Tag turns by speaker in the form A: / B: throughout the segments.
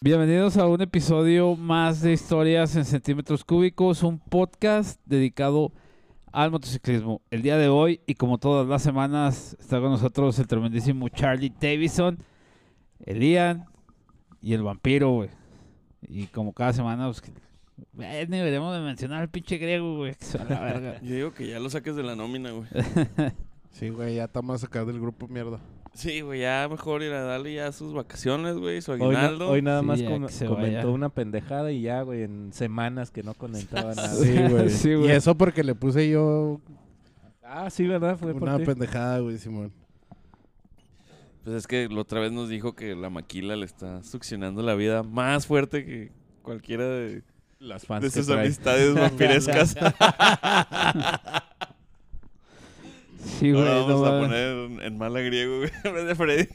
A: Bienvenidos a un episodio más de Historias en Centímetros Cúbicos, un podcast dedicado al motociclismo. El día de hoy, y como todas las semanas, está con nosotros el tremendísimo Charlie Davison, el Ian y el vampiro, güey. Y como cada semana, pues, que- eh, ni deberíamos de mencionar al pinche griego, güey, que se va a la verga.
B: Yo digo que ya lo saques de la nómina, güey.
C: Sí, güey, ya está más acá del grupo mierda.
B: Sí, güey, ya mejor ir a darle ya sus vacaciones, güey, su
D: Hoy, na-
B: aguinaldo.
D: hoy nada
A: Sí,
D: más
A: ya
D: com-
A: que se
D: comentó
A: vaya.
D: una pendejada y ya, güey, en semanas que no comentaba nada.
C: Sí, güey.
A: Sí, güey.
C: y eso porque le puse yo
D: Ah, sí, ¿verdad? Fue por
C: una
D: ti.
C: pendejada, güey, Simón.
B: Pues es que la otra vez nos dijo que la maquila le está succionando la vida más fuerte que cualquiera de,
D: Las
B: de
D: fans que
B: sus
D: trae.
B: amistades vampirescas.
A: Sí, güey.
B: Ahora vamos
A: no
B: a
A: mames.
B: poner en mala griego, güey, en vez de Freddy.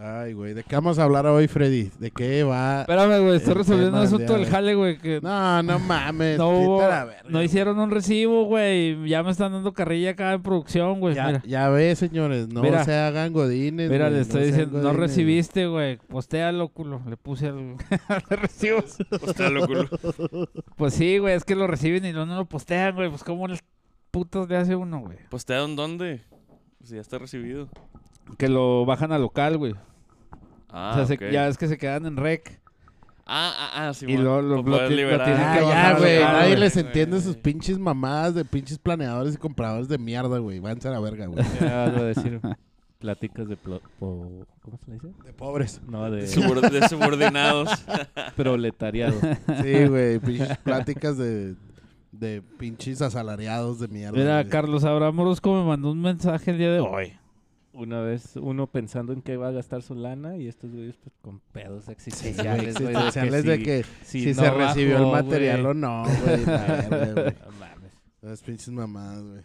C: Ay, güey, ¿de qué vamos a hablar hoy, Freddy? ¿De qué va?
A: Espérame, güey, estoy
C: El
A: resolviendo un
C: tema del
A: asunto
C: día,
A: del
C: güey.
A: jale, güey, que
C: No, no mames.
A: No,
C: vete
A: hubo-
C: a la verga.
A: no hicieron un recibo, güey. Ya me están dando carrilla acá en producción, güey.
C: Ya,
A: Mira,
C: ya ves, señores, no
A: Mira.
C: se hagan godines.
A: mira,
C: güey,
A: le estoy
C: sean
A: diciendo, no
C: godines".
A: recibiste, güey. Postéalo, culo. Le puse al, al recibo.
B: Hostia, lo culo.
A: Pues sí, güey, es que lo reciben y no, no lo postean, güey. Pues cómo el puto le hace uno, güey.
B: ¿Postearon dónde? Pues ya está recibido.
A: Que lo bajan a local, güey.
B: Ah,
A: o sea, se-
B: ok.
A: ya es que se quedan en rec.
B: Ah, ah, ah, sí,
A: Y lo- lo- lo ti- lo tienen
C: Ah,
A: que bajar
C: ya,
A: al
C: güey.
A: local,
C: Nadie
A: güey.
C: les entiende sus pinches mamadas de pinches planeadores y compradores de mierda, güey. Van a la verga, güey.
D: Ya, iba a decir pláticas de... plo- po- ¿Cómo se le dice?
C: De pobres.
D: No,
B: De
D: de
B: subor- de subordinados.
D: proletariado.
C: Sí, güey. Pinches pláticas de, de pinches asalariados de mierda.
A: Mira,
C: güey.
A: Carlos Abraham Orozco me mandó un mensaje el día de hoy.
D: Una vez uno pensando en qué va a gastar su lana y estos güeyes pues, con pedos
C: Sí, güey,
D: existenciales, güey.
C: existenciales de que
D: si,
C: si
D: no
C: se recibió el
D: bajó,
C: material o
D: güey.
C: no, güey. la verga, güey.
D: No mames.
C: Las pinches mamadas, güey.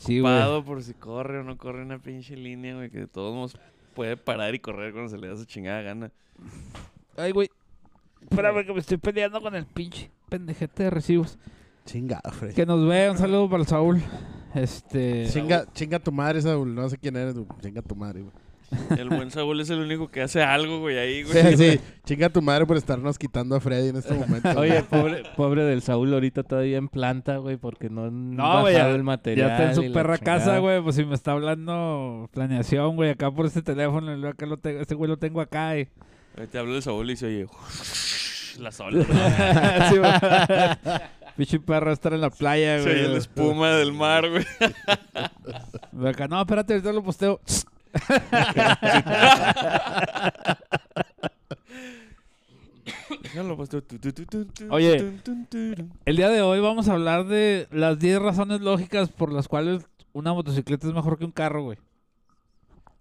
A: Sí, güey.
B: Preocupado por si corre o no corre una pinche línea, güey, que de todos modos puede parar y correr cuando se le da su chingada gana.
A: Ay, güey. Espérame que me estoy peleando con el pinche pendejete de recibos.
C: Chingado, Freddy.
A: Que nos vea. Un saludo para el Saúl. Este...
C: Chinga, chinga tu madre, Saúl. No sé quién eres, güey. Chinga tu madre, güey.
B: El buen Saúl es el único que hace algo, güey, ahí, güey.
C: Sí, sí. Chinga tu madre por estarnos quitando a Freddy en este momento. güey.
D: Oye, pobre, pobre del Saúl ahorita todavía en planta, güey, porque no han
A: No, güey,
D: bajado
A: ya-
D: el material.
A: Ya está en
D: y
A: su
D: la
A: perra
D: chingada.
A: casa, güey. Pues si me está hablando planeación, güey, acá por este teléfono, y luego acá lo tengo, este güey lo tengo acá. y-
B: Ahí Te habla el Saúl y dice, oye, la sola.
A: Sí, güey. Pinche perro estar en la playa,
B: Se oye la
A: güey.
B: espuma del mar, güey.
A: Luego Acá, no, espérate, ahorita lo posteo.
B: Déjalo, pues, tu, tu, tu, tu, tu, tu,
A: Oye.
B: tu, tu, tu, tu.
A: El día de hoy vamos a hablar de las 10 razones lógicas por las cuales una motocicleta es mejor que un carro, güey.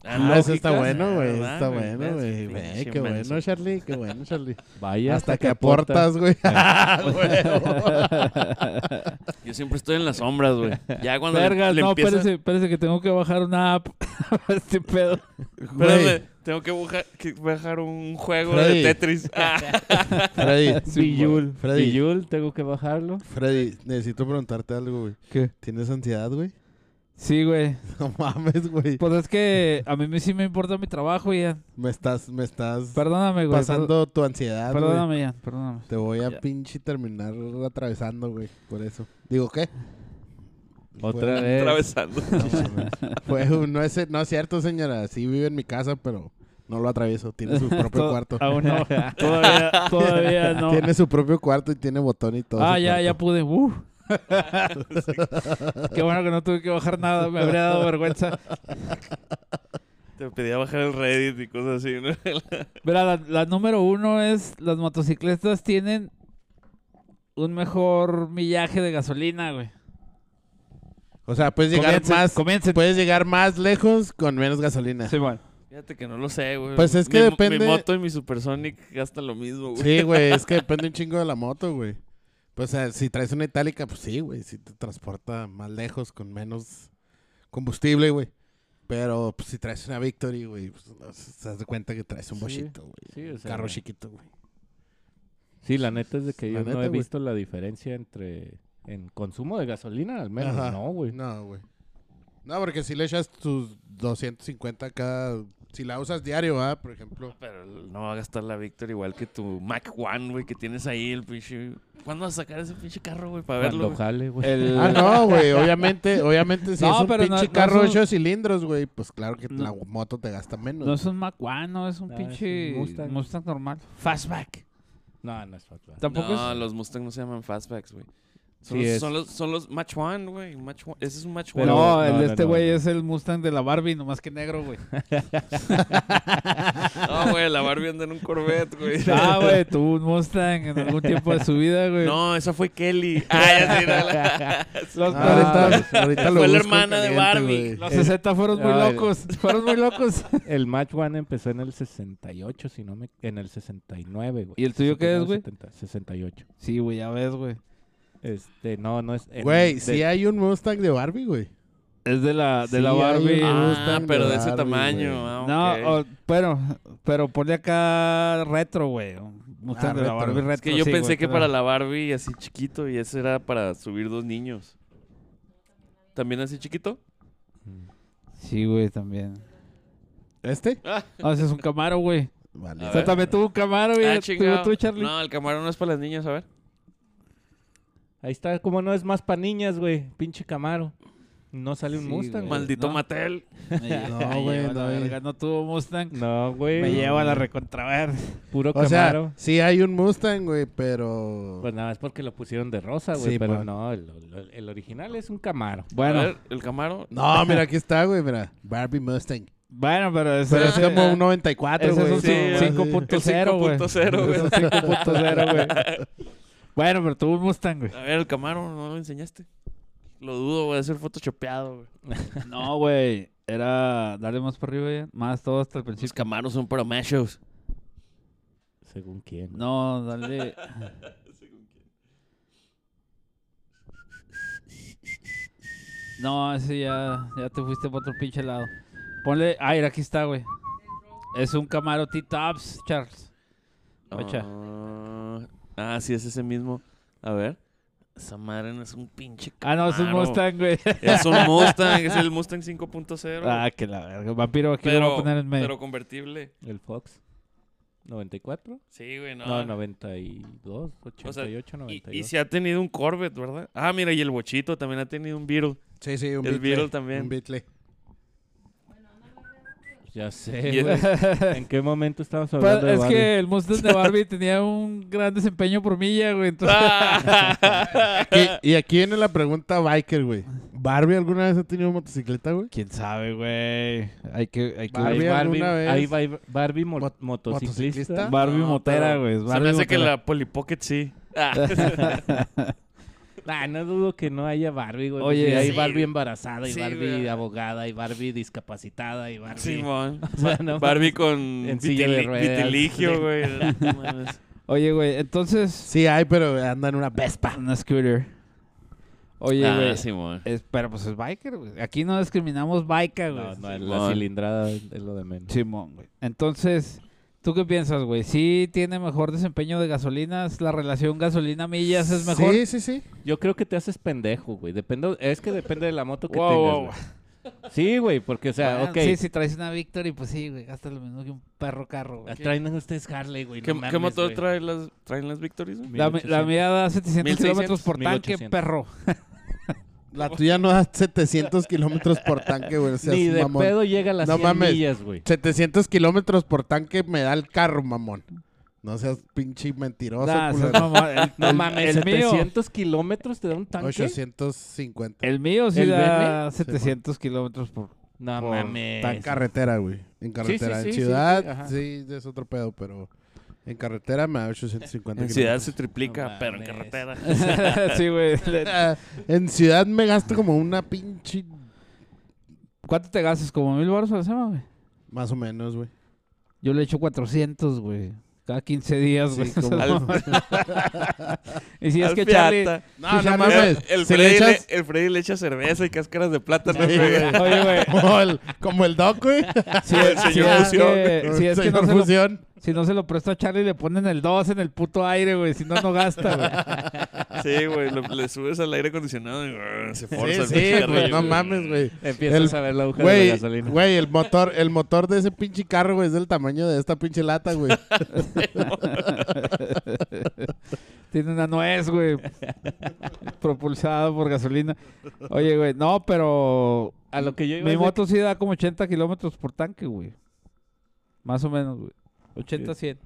C: Ah, eso está
B: lógicas,
C: bueno, güey.
B: ¿verdad,
C: Está
B: Ah, güey?
C: bueno, güey.
B: Ves,
C: Ve,
B: pinche
C: Qué
B: menso.
C: bueno, Charlie. Qué bueno, Charlie.
D: Vaya.
C: Hasta que aportas, güey. Ah,
B: Yo siempre estoy en las sombras, güey. Ya cuando le-
A: Vergas,
B: le
A: no,
B: empiezan-
A: espérese, espérese que tengo que bajar una app. este pedo.
B: Espérame, tengo que buja- que bajar un juego
C: Freddy.
B: de Tetris. Ah,
C: Freddy,
D: Billul.
C: Freddy.
D: Billul, tengo que bajarlo.
C: Freddy, necesito preguntarte algo, güey.
A: ¿Qué?
C: ¿Tienes ansiedad, güey?
A: Sí, güey.
C: No mames, güey.
A: Pues es que a mí me- sí me importa mi trabajo, Ian.
C: Me estás, me estás
A: Perdóname, güey.
C: pasando tu ansiedad, güey.
A: Perdóname, Ian, perdóname.
C: Te voy a
B: Ya.
C: pinche terminar atravesando, güey, por eso. Digo, ¿qué?
D: Otra
C: Fue-
D: vez.
B: atravesando.
C: Fue un- no, es, no es cierto, señora. Sí vive en mi casa, pero no lo atravieso. Tiene su propio
A: To-
C: cuarto.
A: Aún no. Todavía, todavía ah, no.
C: Tiene su propio cuarto y tiene botón y todo.
A: Ah,
C: su
A: ya, ya
C: cuarto.
A: pude. Uh. Qué bueno que no tuve que bajar nada. Me habría dado vergüenza.
B: Te pedía bajar el Reddit y cosas así, ¿no?
A: Verá, la, la número uno es: las motocicletas tienen un mejor millaje de gasolina, güey.
C: O sea, puedes llegar
A: Comiencen,
C: más,
A: comiencen.
C: puedes llegar más lejos con menos gasolina. Sí,
A: Sí, bueno.
B: Fíjate que no lo sé, güey.
C: Pues es que
B: Mi- Mi
C: depende-
B: moto y mi Supersonic gastan lo mismo, güey.
C: güey, es que depende un chingo de la moto, güey. Pues, o sea, si traes una itálica, pues sí, güey, sí te transporta más lejos con menos combustible, güey. Pero pues, si traes una Victory, güey, pues no, se se das de cuenta que traes un
D: Sí,
C: bochito, güey.
D: sí, o
C: un
D: sea,
C: carro chiquito, güey.
D: Sí, la neta es de que
C: La
D: yo no
C: neta,
D: he
C: güey.
D: visto la diferencia entre... En consumo de gasolina, al menos.
C: Ajá.
D: No, güey.
C: No, güey. No, porque si le echas tus 250 cada Si la usas diario, ¿ah? Por ejemplo.
B: Pero no va a gastar la Victor igual que tu Mac One, güey, que tienes ahí el pinche. ¿Cuándo vas a sacar ese pinche carro, güey, para verlo?
D: Cuando
B: güey?
D: jale, güey.
A: El-
C: Ah, no, güey. Obviamente, obviamente, si
A: No,
C: es un
A: pero no-
C: pinche
A: no
C: carro
A: es
C: de
A: un-
C: ocho cilindros, güey, pues claro que
A: No.
C: la moto te gasta menos.
A: No es un Macuano, es un
D: No, Ah, es un
A: pinche Mustang.
D: Mustang.
A: normal. Fastback.
D: No, no es fatwa.
A: Tampoco
B: no,
A: es.
B: los Mustang no se llaman fastbacks, güey. Son,
A: Sí
B: los,
A: es.
B: son los son los Mach One, güey. Mach One. Ese es un Mach
A: No,
B: One. güey.
A: el de
D: no, no,
A: este
D: no,
A: güey
D: no.
A: es el Mustang de la Barbie, nomás que negro, güey.
B: No, güey, la Barbie anda en un Corvette, güey.
A: Ah, güey, tuvo un Mustang en algún tiempo de su vida, güey.
B: No, esa fue Kelly. Ah, ya sí, no, la-
A: Los,
C: Ah, ahorita, ahorita lo
B: Fue la
C: busco
B: hermana de
C: caliente,
B: Barbie.
C: güey.
A: los 60 fueron muy
D: Ay.
A: locos. Fueron muy locos.
D: El Match One empezó en el 68, si no me... En el 69, güey.
A: ¿Y el tuyo qué es, güey?
D: 70, 68.
A: Sí, güey, ya ves, güey.
D: Este, no, no es... el
C: Güey,
D: de-
C: sí hay un Mustang de Barbie, güey.
A: Es de la, de la
C: Sí, hay
A: Barbie.
C: un
B: Ah,
C: Mustang
B: pero
C: de
B: de ese
C: Barbie,
B: tamaño.
C: güey.
A: No,
B: ah, ok.
A: o- pero, pero ponle acá retro, güey. Un Mustang
C: Ah,
A: de la
C: retro.
A: Barbie retro.
B: Es que yo
A: sí,
B: pensé
A: güey,
B: que
A: pero-
B: para la Barbie así chiquito y ese era para subir dos niños. ¿También así chiquito?
D: Mm.
A: Sí, güey, también.
C: ¿Este?
A: No, ese es un Camaro, güey.
C: Vale.
B: A
A: O
B: ver.
A: sea, también tuvo un Camaro,
B: Ah,
A: güey.
B: chingado.
A: tuvo tú, Charlie.
B: No, el camarón no es para las niñas, a ver.
D: Ahí está, como no es más pa' niñas, güey. Pinche Camaro. No sale un
A: Sí,
D: Mustang,
A: güey.
D: güey.
B: Maldito
A: no.
B: Mattel.
C: No, güey,
A: lleva la
C: no,
A: verga, no tuvo Mustang.
D: No, güey.
A: Me lleva a la recontraver.
D: Puro
C: O
D: Camaro.
C: sea, sí hay un Mustang, güey, pero...
D: Pues nada, es porque lo pusieron de rosa, güey.
C: Sí, pues.
D: pero
C: man.
D: no, el, el- el original es un Camaro.
B: Bueno. A
A: Bueno,
B: ver, el camaro.
C: No, mira, aquí está, güey, mira. Barbie Mustang.
A: bueno, pero ese,
C: Pero es
A: ese-
C: como un 94,
A: ese
C: güey.
A: es un
B: Sí,
A: cin-
B: sí.
A: 5.0, güey.
B: 5.0, güey.
A: Es un 5.0, güey. Bueno, pero tuvo un Mustang, güey.
B: A ver, el camaro, no lo enseñaste. Lo dudo, voy a ser photoshopeado, güey.
A: No, güey. Era darle más para arriba, ya. más todo hasta el
B: Los
A: principio.
B: camaros son para machos.
D: Según quién. güey.
A: No, dale. No, ese ya, ya te fuiste para otro pinche lado. Ponle. Ay, aquí está, güey. Es un Camaro T-Tops, Charles. Guacha.
B: Ah, ah, sí, es ese mismo. A ver. Esa madre no es un pinche
A: Ah, no, es un
B: Camaro.
A: Mustang, güey.
B: Es un Mustang, es el Mustang 5.0.
A: Ah, que la verga. Vampiro, aquí lo voy a
B: pero,
A: poner en medio.
B: pero convertible.
D: El Fox. ¿94?
B: Sí, güey, no.
D: No, 92, 88,
B: sea,
D: 92.
B: Y, y se ha tenido un Corvette, ¿verdad? Ah, mira, y el Bochito también ha tenido un Beetle.
C: Sí, sí, un
B: El
C: Beetle.
B: Beetle también.
C: Un Beetle.
D: Ya
B: Y
D: sé,
B: es-
D: güey.
A: Eh,
D: ¿En qué momento estamos
C: Pues,
A: Pero
D: hablando de
A: es
D: Barbie?
A: que el Mustang de Barbie tenía un gran desempeño por milla, güey.
B: Ah.
A: Entonces,
C: Y, y aquí viene la pregunta biker, güey. ¿Barbie alguna vez ha tenido motocicleta, güey?
A: quién sabe, güey. Hay que, hay que
C: Barbie
D: Ahí
C: alguna vez-
D: ahí va- Barbie mo-
C: Mot-
D: motociclista.
C: motociclista.
A: Barbie
B: No,
A: Motera,
B: pero
A: güey. es
B: Se
A: Barbie
B: me hace que
A: Motera.
B: la Polly Pocket sí. Ah,
D: Nah, Ah, no dudo que no haya Barbie, güey.
A: Oye,
D: Oye, hay
B: sí.
D: Barbie embarazada, y
B: Sí,
D: Barbie
B: güey.
D: abogada, y Barbie discapacitada, y Barbie.
B: Simón.
D: O sea, no
B: Barbie con
D: Ah, En silla de
B: vitili-
D: ruedas.
B: vitiligio, güey. No mames.
A: Oye, güey, entonces.
C: Sí hay, pero anda en una Vespa.
A: Una scooter. Oye,
B: Ah,
A: güey.
B: Simón.
A: es- pero pues es biker, güey. Aquí no discriminamos biker, güey.
D: No, no, la
B: Simón.
D: cilindrada es lo de menos.
A: Simón, güey. Entonces, ¿tú qué piensas, güey? ¿Sí tiene mejor desempeño de gasolinas? ¿La relación gasolina-millas es mejor?
C: Sí, sí, sí.
D: Yo creo que te haces pendejo, güey. Depende, es que depende de la moto que
A: Wow,
D: tengas,
A: wow,
D: güey. Sí, güey, porque, o sea,
A: Bueno,
D: ok.
A: Sí, si traes una Victory, pues sí, güey. Gasta lo mismo que un perro carro, güey.
D: Ah, Traen ustedes Harley, güey.
B: ¿Qué,
D: no
B: ¿qué
D: mames,
B: motor
D: güey.
B: trae las, traen las Victories? güey?
A: La, mi- la
D: 1800.
A: mía da 700 kilómetros
B: 1600,
A: por tanque,
D: 1800.
A: perro.
C: La tuya no da 700 kilómetros por tanque, güey. O sea,
D: Ni
C: es
D: de
C: mamón.
D: pedo llega a las
C: No
D: 100
C: mames.
D: millas, güey.
C: 700 kilómetros por tanque me da el carro, mamón. No seas pinche mentiroso,
A: Nah,
C: culero.
A: seas mamón. El-
D: No
A: el-
D: mames,
A: el mío.
D: 700 kilómetros te da un tanque.
C: 850.
A: El mío sí
D: ¿El
A: da 700 kilómetros por
D: No
A: Por
D: mames.
C: Está en carretera, güey. En carretera.
D: sí,
C: en
D: sí, sí, sí,
C: ciudad,
D: ajá.
C: sí, es otro pedo, pero en carretera me da 850.
B: En ciudad
C: kilómetros.
B: se triplica,
D: No
B: pero en
D: mames.
B: carretera.
A: sí, güey. Le-
C: Ah, En ciudad me gasto como una pinche.
A: ¿Cuánto te gastas? ¿Como mil baros a la semana, güey?
C: Más o menos, güey.
A: Yo le echo 400, güey. Cada 15 días,
C: Sí,
A: güey.
C: como-
A: y si es
B: Al
A: que Charlie...
B: Fiata.
C: No,
A: no
C: no
B: El,
C: mames.
B: el
C: si
B: Freddy
C: le
B: le
C: echas.
B: el Freddy le echa cerveza y cáscaras de plátano,
C: Sí,
B: güey.
C: güey.
A: Oye, güey.
C: Como el, como el doc, güey.
A: Si, es- si
B: señor
A: es
B: Fusión.
A: que, si Eh, es que
C: Señor
A: no se lo,
C: fusión.
A: Si no se lo presta a Charlie, le ponen el 2 en el puto aire, güey. Si no, no gasta, güey.
B: Sí, güey, lo- le subes al aire acondicionado y ah, se forza
C: Sí,
B: el
C: sí,
B: pinche carro,
C: pues no mames, güey.
D: Empiezas
C: El-
D: a ver la aguja de la
C: Güey,
D: gasolina.
C: güey, el motor, el motor de ese pinche carro, güey, es del tamaño de esta pinche lata, güey.
A: Tiene una nuez, güey. propulsado por gasolina. Oye, güey, no, pero
D: A lo que yo iba
A: mi
D: es de-
A: moto sí da como 80 kilómetros por tanque, güey. Más o menos, güey. 80, 100.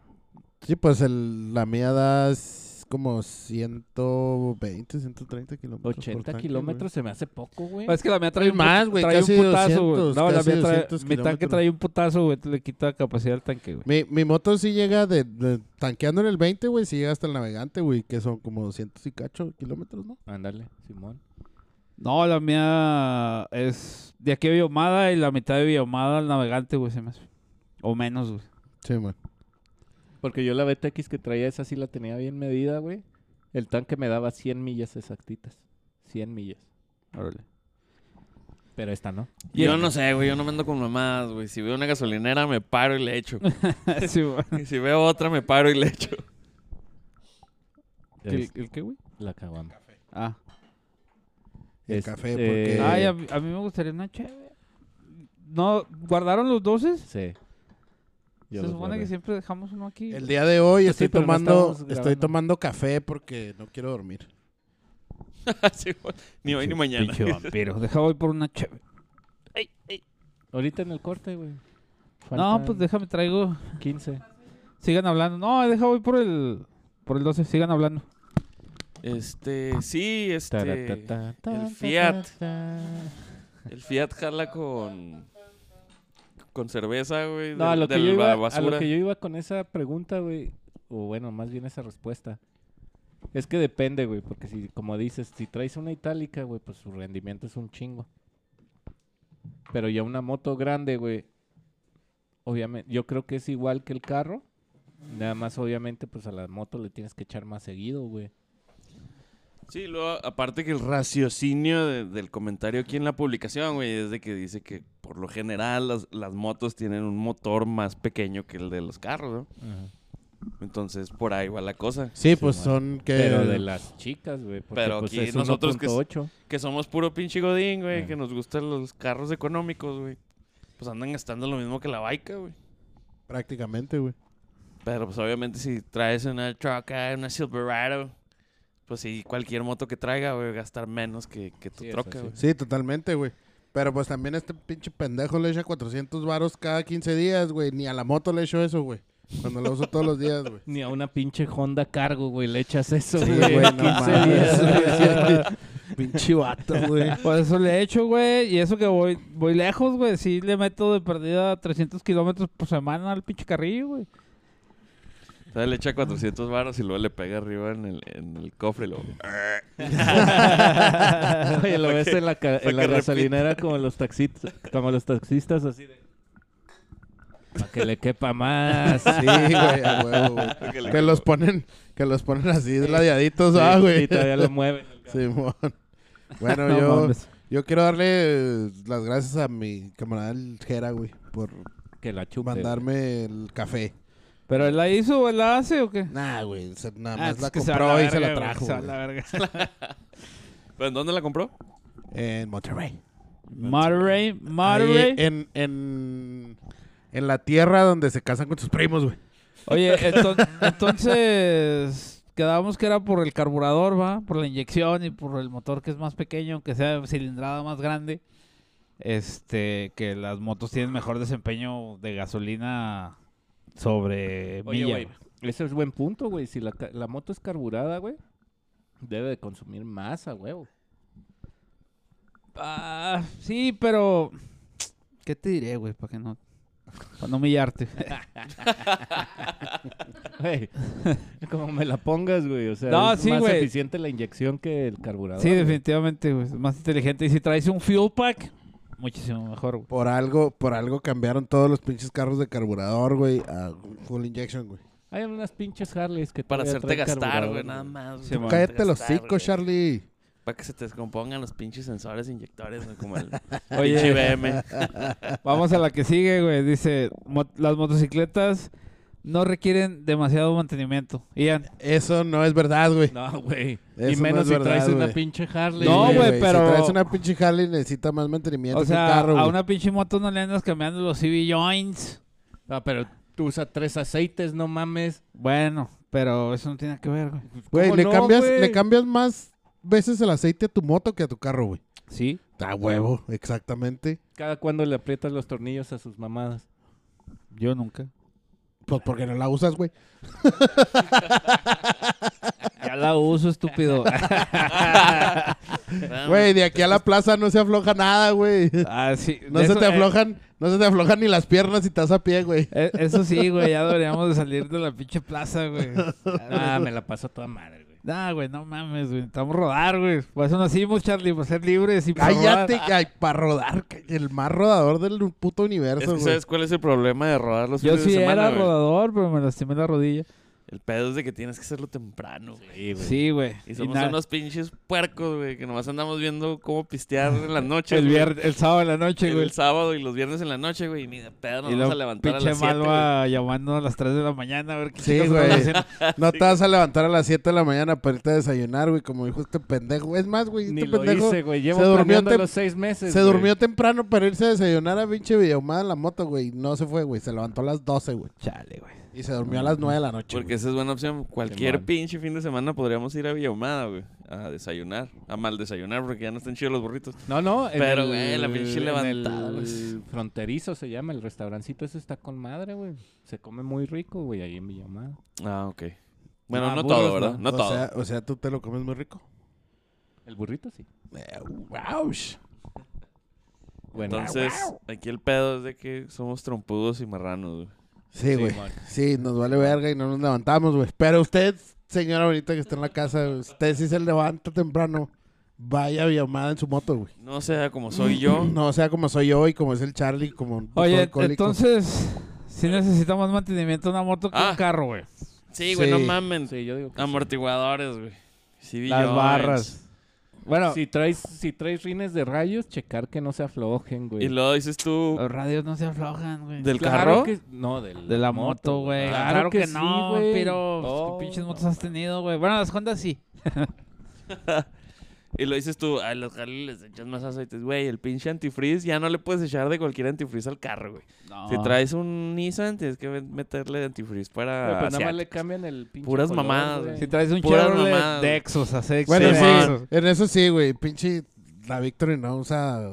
C: Sí, pues el, la mía da s- como 120, 130 kilómetros. por
D: 80
C: tanque,
D: kilómetros se me hace poco, güey.
A: Es que la mía trae
C: Trae
A: un
C: más,
A: put-
C: güey,
A: Trae un
C: casi
A: putazo, güey.
C: 200,
A: No, la
C: casi
A: mía trae.
C: 200
A: Mi tanque
C: kilómetros.
A: trae un putazo, güey. Le quita capacidad al tanque, güey.
C: güey. Mi, mi moto sí llega de, de- tanqueando en el 20, güey, sí llega hasta el navegante, güey, que son como 200 y cacho kilómetros, ¿no?
D: Ándale, Simón.
A: No, la mía es de aquí a Biomada y la mitad de Biomada al navegante, güey, se me hace. O menos, güey.
C: Sí, man.
D: Porque yo la BTX que traía esa sí la tenía bien medida, güey. El tanque me daba 100 millas exactitas. 100 millas.
A: Órale.
D: Pero esta no.
B: Yo no sé, güey, yo no me ando con mamadas, güey. Si veo una gasolinera, me paro y le echo.
A: Sí, güey.
B: Y si veo otra, me paro y le echo.
A: ¿El, el qué, güey?
D: La cagamos.
A: Ah.
C: El
D: Es-
C: café, porque...
D: eh,
A: Ay, a, mí- a mí me gustaría una chévere. ¿No guardaron los doses?
D: Sí. Yo
A: Se
D: los
A: supone que
D: guardé.
A: siempre dejamos uno aquí.
C: El día de hoy
D: Pues sí,
C: estoy
D: pero no
C: tomando
D: estábamos
C: estoy
D: grabando.
C: tomando café porque no quiero dormir.
B: Sí, güey. ni hoy ni mañana.
A: Pinche vampiro. Deja voy por una chévere.
D: Ahorita en el corte, güey.
A: No, pues
D: Faltan
A: déjame traigo.
D: 15.
A: Sigan hablando. No, deja voy por el por el 12. Sigan hablando.
B: Este, sí, este.
D: Taratata,
B: Fiat.
D: taratata.
B: El Fiat jala con. Con cerveza, güey. del-
D: No, a lo, que
B: del
D: yo
B: ba-
D: iba, a
B: basura.
D: lo que yo iba con esa pregunta, güey, o bueno, más bien esa respuesta, es que depende, güey, porque si, como dices, si traes una itálica, güey, pues su rendimiento es un chingo. Pero ya una moto grande, güey, obviamente, yo creo que es igual que el carro, nada más obviamente, pues a la moto le tienes que echar más seguido, güey.
B: Sí, luego, aparte que el raciocinio de- del comentario aquí en la publicación, güey, es de que dice que por lo general las, las motos tienen un motor más pequeño que el de los carros, ¿no? Entonces, por ahí va la cosa.
C: Sí, pues
D: man.
C: son que
D: Pero de las chicas, güey, porque
B: Eh, Pero
D: pues
B: aquí
D: es
B: nosotros que es-
D: 1.8.
B: Que somos puro pinche godín, güey,
D: Ah.
B: que nos gustan los carros económicos, güey. Pues andan gastando lo mismo que la baica, güey.
C: prácticamente, güey.
B: Pero pues obviamente si traes una troca, una Silverado, pues sí, cualquier moto que traiga, güey, va a gastar menos que, que tu
D: Sí, eso
B: troca,
D: sí.
B: güey.
C: Sí, totalmente, güey. Pero pues también este pinche pendejo le echa 400 varos cada 15 días, güey. Ni a la moto le echo eso, güey. Cuando lo uso todos los días, güey.
D: Ni a una pinche Honda Cargo, güey, le echas eso,
C: Sí,
D: güey.
C: güey, no
D: 15
C: mames.
D: días, güey.
C: pinche vato, güey.
A: Por eso le echo, güey. Y eso que voy voy lejos, güey. Sí le meto de perdida 300 kilómetros por semana al pinche carrillo, güey.
B: O sea, le echa 400 varos y luego le pega arriba en el, en el cofre y luego...
D: Oye, lo ves en la, ca-
B: pa'
D: en la
B: que
D: gasolinera como los, taxistas, como los taxistas, así de... Para que le quepa más.
C: Sí, güey, a huevo, güey. Que los ponen, que los ponen así ladeaditos, ah,
D: Y
C: güey.
D: todavía lo mueven.
C: Simón. Bueno,
A: No
C: yo,
A: mames.
C: yo quiero darle eh, las gracias a mi camarada el Jera, güey, por
D: Que la chupe.
C: mandarme el café.
A: ¿Pero él la hizo o él la hace o qué?
C: Nah, güey, se- nada
A: Ah,
C: más
A: es
C: la
A: que se va a
C: compró y se
A: verga,
C: la
A: güey,
C: trajo,
A: se va a
C: güey.
A: la verga.
B: ¿Pero en dónde la compró?
C: En Monterrey.
A: Monterrey,
C: Ahí eh,
A: Monterrey.
C: en, en, en la tierra donde se casan con sus primos, güey.
A: Oye, enton- entonces quedábamos que era por el carburador, ¿va? Por la inyección y por el motor que es más pequeño, aunque sea cilindrada más grande. Este, que las motos tienen mejor desempeño de gasolina sobre
D: Oye,
A: milla,
D: güey,
A: güey.
D: ese es buen punto, güey. Si la, ca- la moto es carburada, güey, debe de consumir más a huevo.
A: Ah, sí, pero ¿qué te diré, güey? Para que no para no humillarte.
D: Güey, como me la pongas, güey. O sea,
A: No,
D: es
A: sí,
D: más
A: güey.
D: eficiente la inyección que el carburador.
A: sí,
D: güey.
A: definitivamente, güey, es más inteligente y si traes un fuel pack muchísimo mejor, güey.
C: Por algo, por algo cambiaron todos los pinches carros de carburador, güey, a full injection, güey.
D: Hay unas pinches Harleys que
B: Para
D: todavía
B: hacerte
D: traen
B: gastar,
D: carburador,
B: güey, nada más.
A: Sí,
B: güey,
A: man.
B: para
C: Cállate los
B: gastar,
C: cinco,
B: güey.
C: Charlie.
B: Para que se te descompongan los pinches sensores e inyectores, güey, como el
A: Oye.
B: pinche BM.
A: Vamos a la que sigue, güey. Dice, "Mo- las motocicletas no requieren demasiado mantenimiento. Ian.
C: Eso no es verdad, güey.
D: No, güey.
C: Eso
D: Y
C: no
D: menos
C: es
D: si
C: verdad,
D: traes una
C: güey.
D: pinche Harley.
A: No, güey, pero-
C: Si traes una pinche Harley necesita más mantenimiento
A: O
C: que
A: sea,
C: un carro,
A: a
C: güey.
A: una pinche moto no le andas cambiando los CV joints.
D: Ah, pero tú usas tres aceites, no mames.
A: Bueno, pero eso no tiene nada que ver, güey.
C: Güey,
D: ¿cómo
C: le,
D: no,
C: cambias,
D: güey?
C: le cambias más veces el aceite a tu moto que a tu carro, güey.
A: Sí.
C: A huevo, exactamente.
D: Cada cuando le aprietas los tornillos a sus mamadas.
A: Yo nunca.
C: Pues porque no la usas, güey.
A: Ya la uso, estúpido.
B: Ah,
C: Güey, de aquí a la plaza no se afloja nada, güey.
A: Ah, sí.
C: No
A: Eso-
C: se te
A: eh,
C: aflojan, no se te aflojan ni las piernas si estás a pie, güey.
A: eh, Eso sí, güey, ya deberíamos de salir de la pinche plaza, güey.
D: Ah, me la paso a toda madre, güey.
A: Nah, güey, no mames, güey. Necesitamos rodar, güey. Pues Por eso nacimos, Charlie, por ser libres y para rodar.
C: Cállate, ay, para rodar, ca- el más rodador del puto
B: Es
C: universo,
B: que,
C: güey.
B: ¿Sabes cuál es el problema de rodar los
A: Yo
B: fines
A: sí
B: de semana,
A: era
B: güey?
A: rodador, pero me lastimé la rodilla.
B: El pedo es de que tienes que hacerlo temprano, güey.
D: Sí, güey.
A: Sí, güey.
B: Y
A: Y
B: somos
A: nada.
B: unos pinches puercos, güey, que nomás andamos viendo cómo pistear en la noche.
A: el,
B: güey.
A: viernes, el sábado en la noche,
B: El
A: güey.
B: sábado y los viernes en la noche, güey. Y ni de pedo nos
A: Y
B: vamos
A: luego
B: a levantar a
A: pinche
B: las 7,
A: Malva llamando a las 3 de la mañana a ver qué
C: Sí,
A: chicos
C: güey.
A: están haciendo.
C: No te vas a levantar a las 7 de la mañana para irte a desayunar, güey, como dijo este pendejo. Es más, güey,
D: Ni
C: este
D: lo
C: pendejo
D: hice, güey. Llevo
C: se durmió
D: planeando
C: tem-
D: los seis meses,
C: se
D: güey.
C: durmió temprano para irse a desayunar a pinche Villahumada en la moto, güey. No se fue, güey. Se levantó a las 12, güey.
A: Chale, güey.
C: Y se durmió a las 9 de la noche.
B: Porque esa es buena opción. Cualquier
D: Simón.
B: pinche fin de semana podríamos ir a Villahumada, güey. A desayunar. A mal desayunar porque ya no están chidos los burritos.
D: No, no. en
B: Pero,
D: el-
B: güey, la pinche
D: en
B: levantada,
D: el
B: güey.
D: fronterizo se llama, el restaurancito ese está con madre, güey. Se come muy rico, güey, ahí en Villamada.
B: Ah, ok. Bueno,
D: Ah,
B: no
D: burros
B: todo, ¿verdad? No,
C: o
B: todo.
C: Sea, o sea, tú te lo comes muy rico.
D: El burrito, sí.
C: Eh, waush.
D: Bueno,
B: Entonces, aquí el pedo es de que somos trompudos y marranos, güey.
C: Sí, güey.
D: Simón.
C: Sí, nos vale verga y no nos levantamos, güey. Pero usted, señora bonita que está en la casa, usted sí se levanta temprano. Vaya a Villahumada en su moto, güey.
B: No sea como soy yo.
C: No, o sea, como soy yo y como es el Charlie, como un puto
A: Oye,
C: alcohólico.
A: entonces, si necesitamos mantenimiento de una moto que
B: Ah.
A: un carro, güey.
B: Sí, güey,
C: Sí.
B: no mamen.
D: Sí, yo digo que sí.
B: Amortiguadores, güey. Sí,
A: Las
B: billones.
A: barras. Bueno,
D: Si traes, si traes rines de rayos, checar que no se aflojen, güey.
B: Y luego dices tú,
A: los radios no se aflojan, güey.
B: Uh. ¿del
D: Claro
B: carro?
D: que- no, del-
A: De la moto, güey. Claro, que, no,
D: güey.
A: pero pues,
D: Oh,
A: ¿qué pinches
D: no
A: motos has tenido, güey? Bueno, las Honda sí.
B: Y lo dices tú, a los Harley les echas más aceites, güey. El pinche antifreeze ya no le puedes echar de cualquier antifreeze al carro, güey.
A: Ah.
B: Si traes un Nissan, tienes que meterle antifreeze para.
D: Güey, pues nada más
B: asiático.
D: le cambian el pinche
B: Puras
D: color,
B: mamadas,
D: güey.
B: güey.
A: Si traes un
B: Puras
A: Chevrolet
B: mamadas.
A: Dexos, a sex-
C: Bueno,
A: sex-
C: sí,
A: Dexos.
C: en eso sí, güey. Pinche la Victory no usa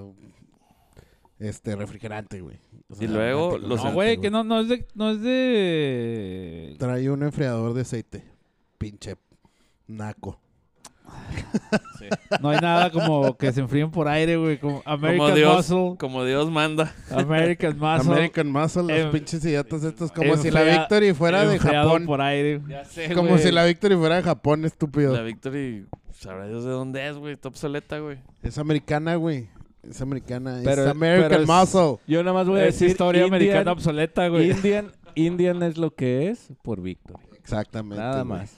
C: este refrigerante, güey. O sea,
B: Y luego
C: refrigerante,
B: los-
A: No, güey, que no, no es de... No es de...
C: Trae un enfriador de aceite. Pinche naco.
D: Sí.
A: No hay nada como que se enfríen por aire, güey. Como American
B: Como Dios,
A: Muscle.
B: como Dios manda.
A: American Muscle.
C: American Muscle, los
A: Em-
C: pinches idiotas estos. Como si la
A: enfría-
C: Victory fuera de
A: enfriado
C: Japón.
A: por aire.
D: Ya sé,
C: Como
D: güey.
C: si la Victory fuera de Japón,
B: La
C: estúpido.
B: Victory, sabrá Dios de dónde es, güey. Está obsoleta, güey.
C: Es americana, güey. Es americana.
A: Pero-
C: es American
A: pero es-
C: Muscle.
D: Yo nada más voy a
A: Es
D: decir
A: historia
D: Indian-
A: americana pues, obsoleta, güey.
D: Indian, Indian es lo que es por Víctor.
C: Exactamente.
D: Nada
C: güey.
D: más.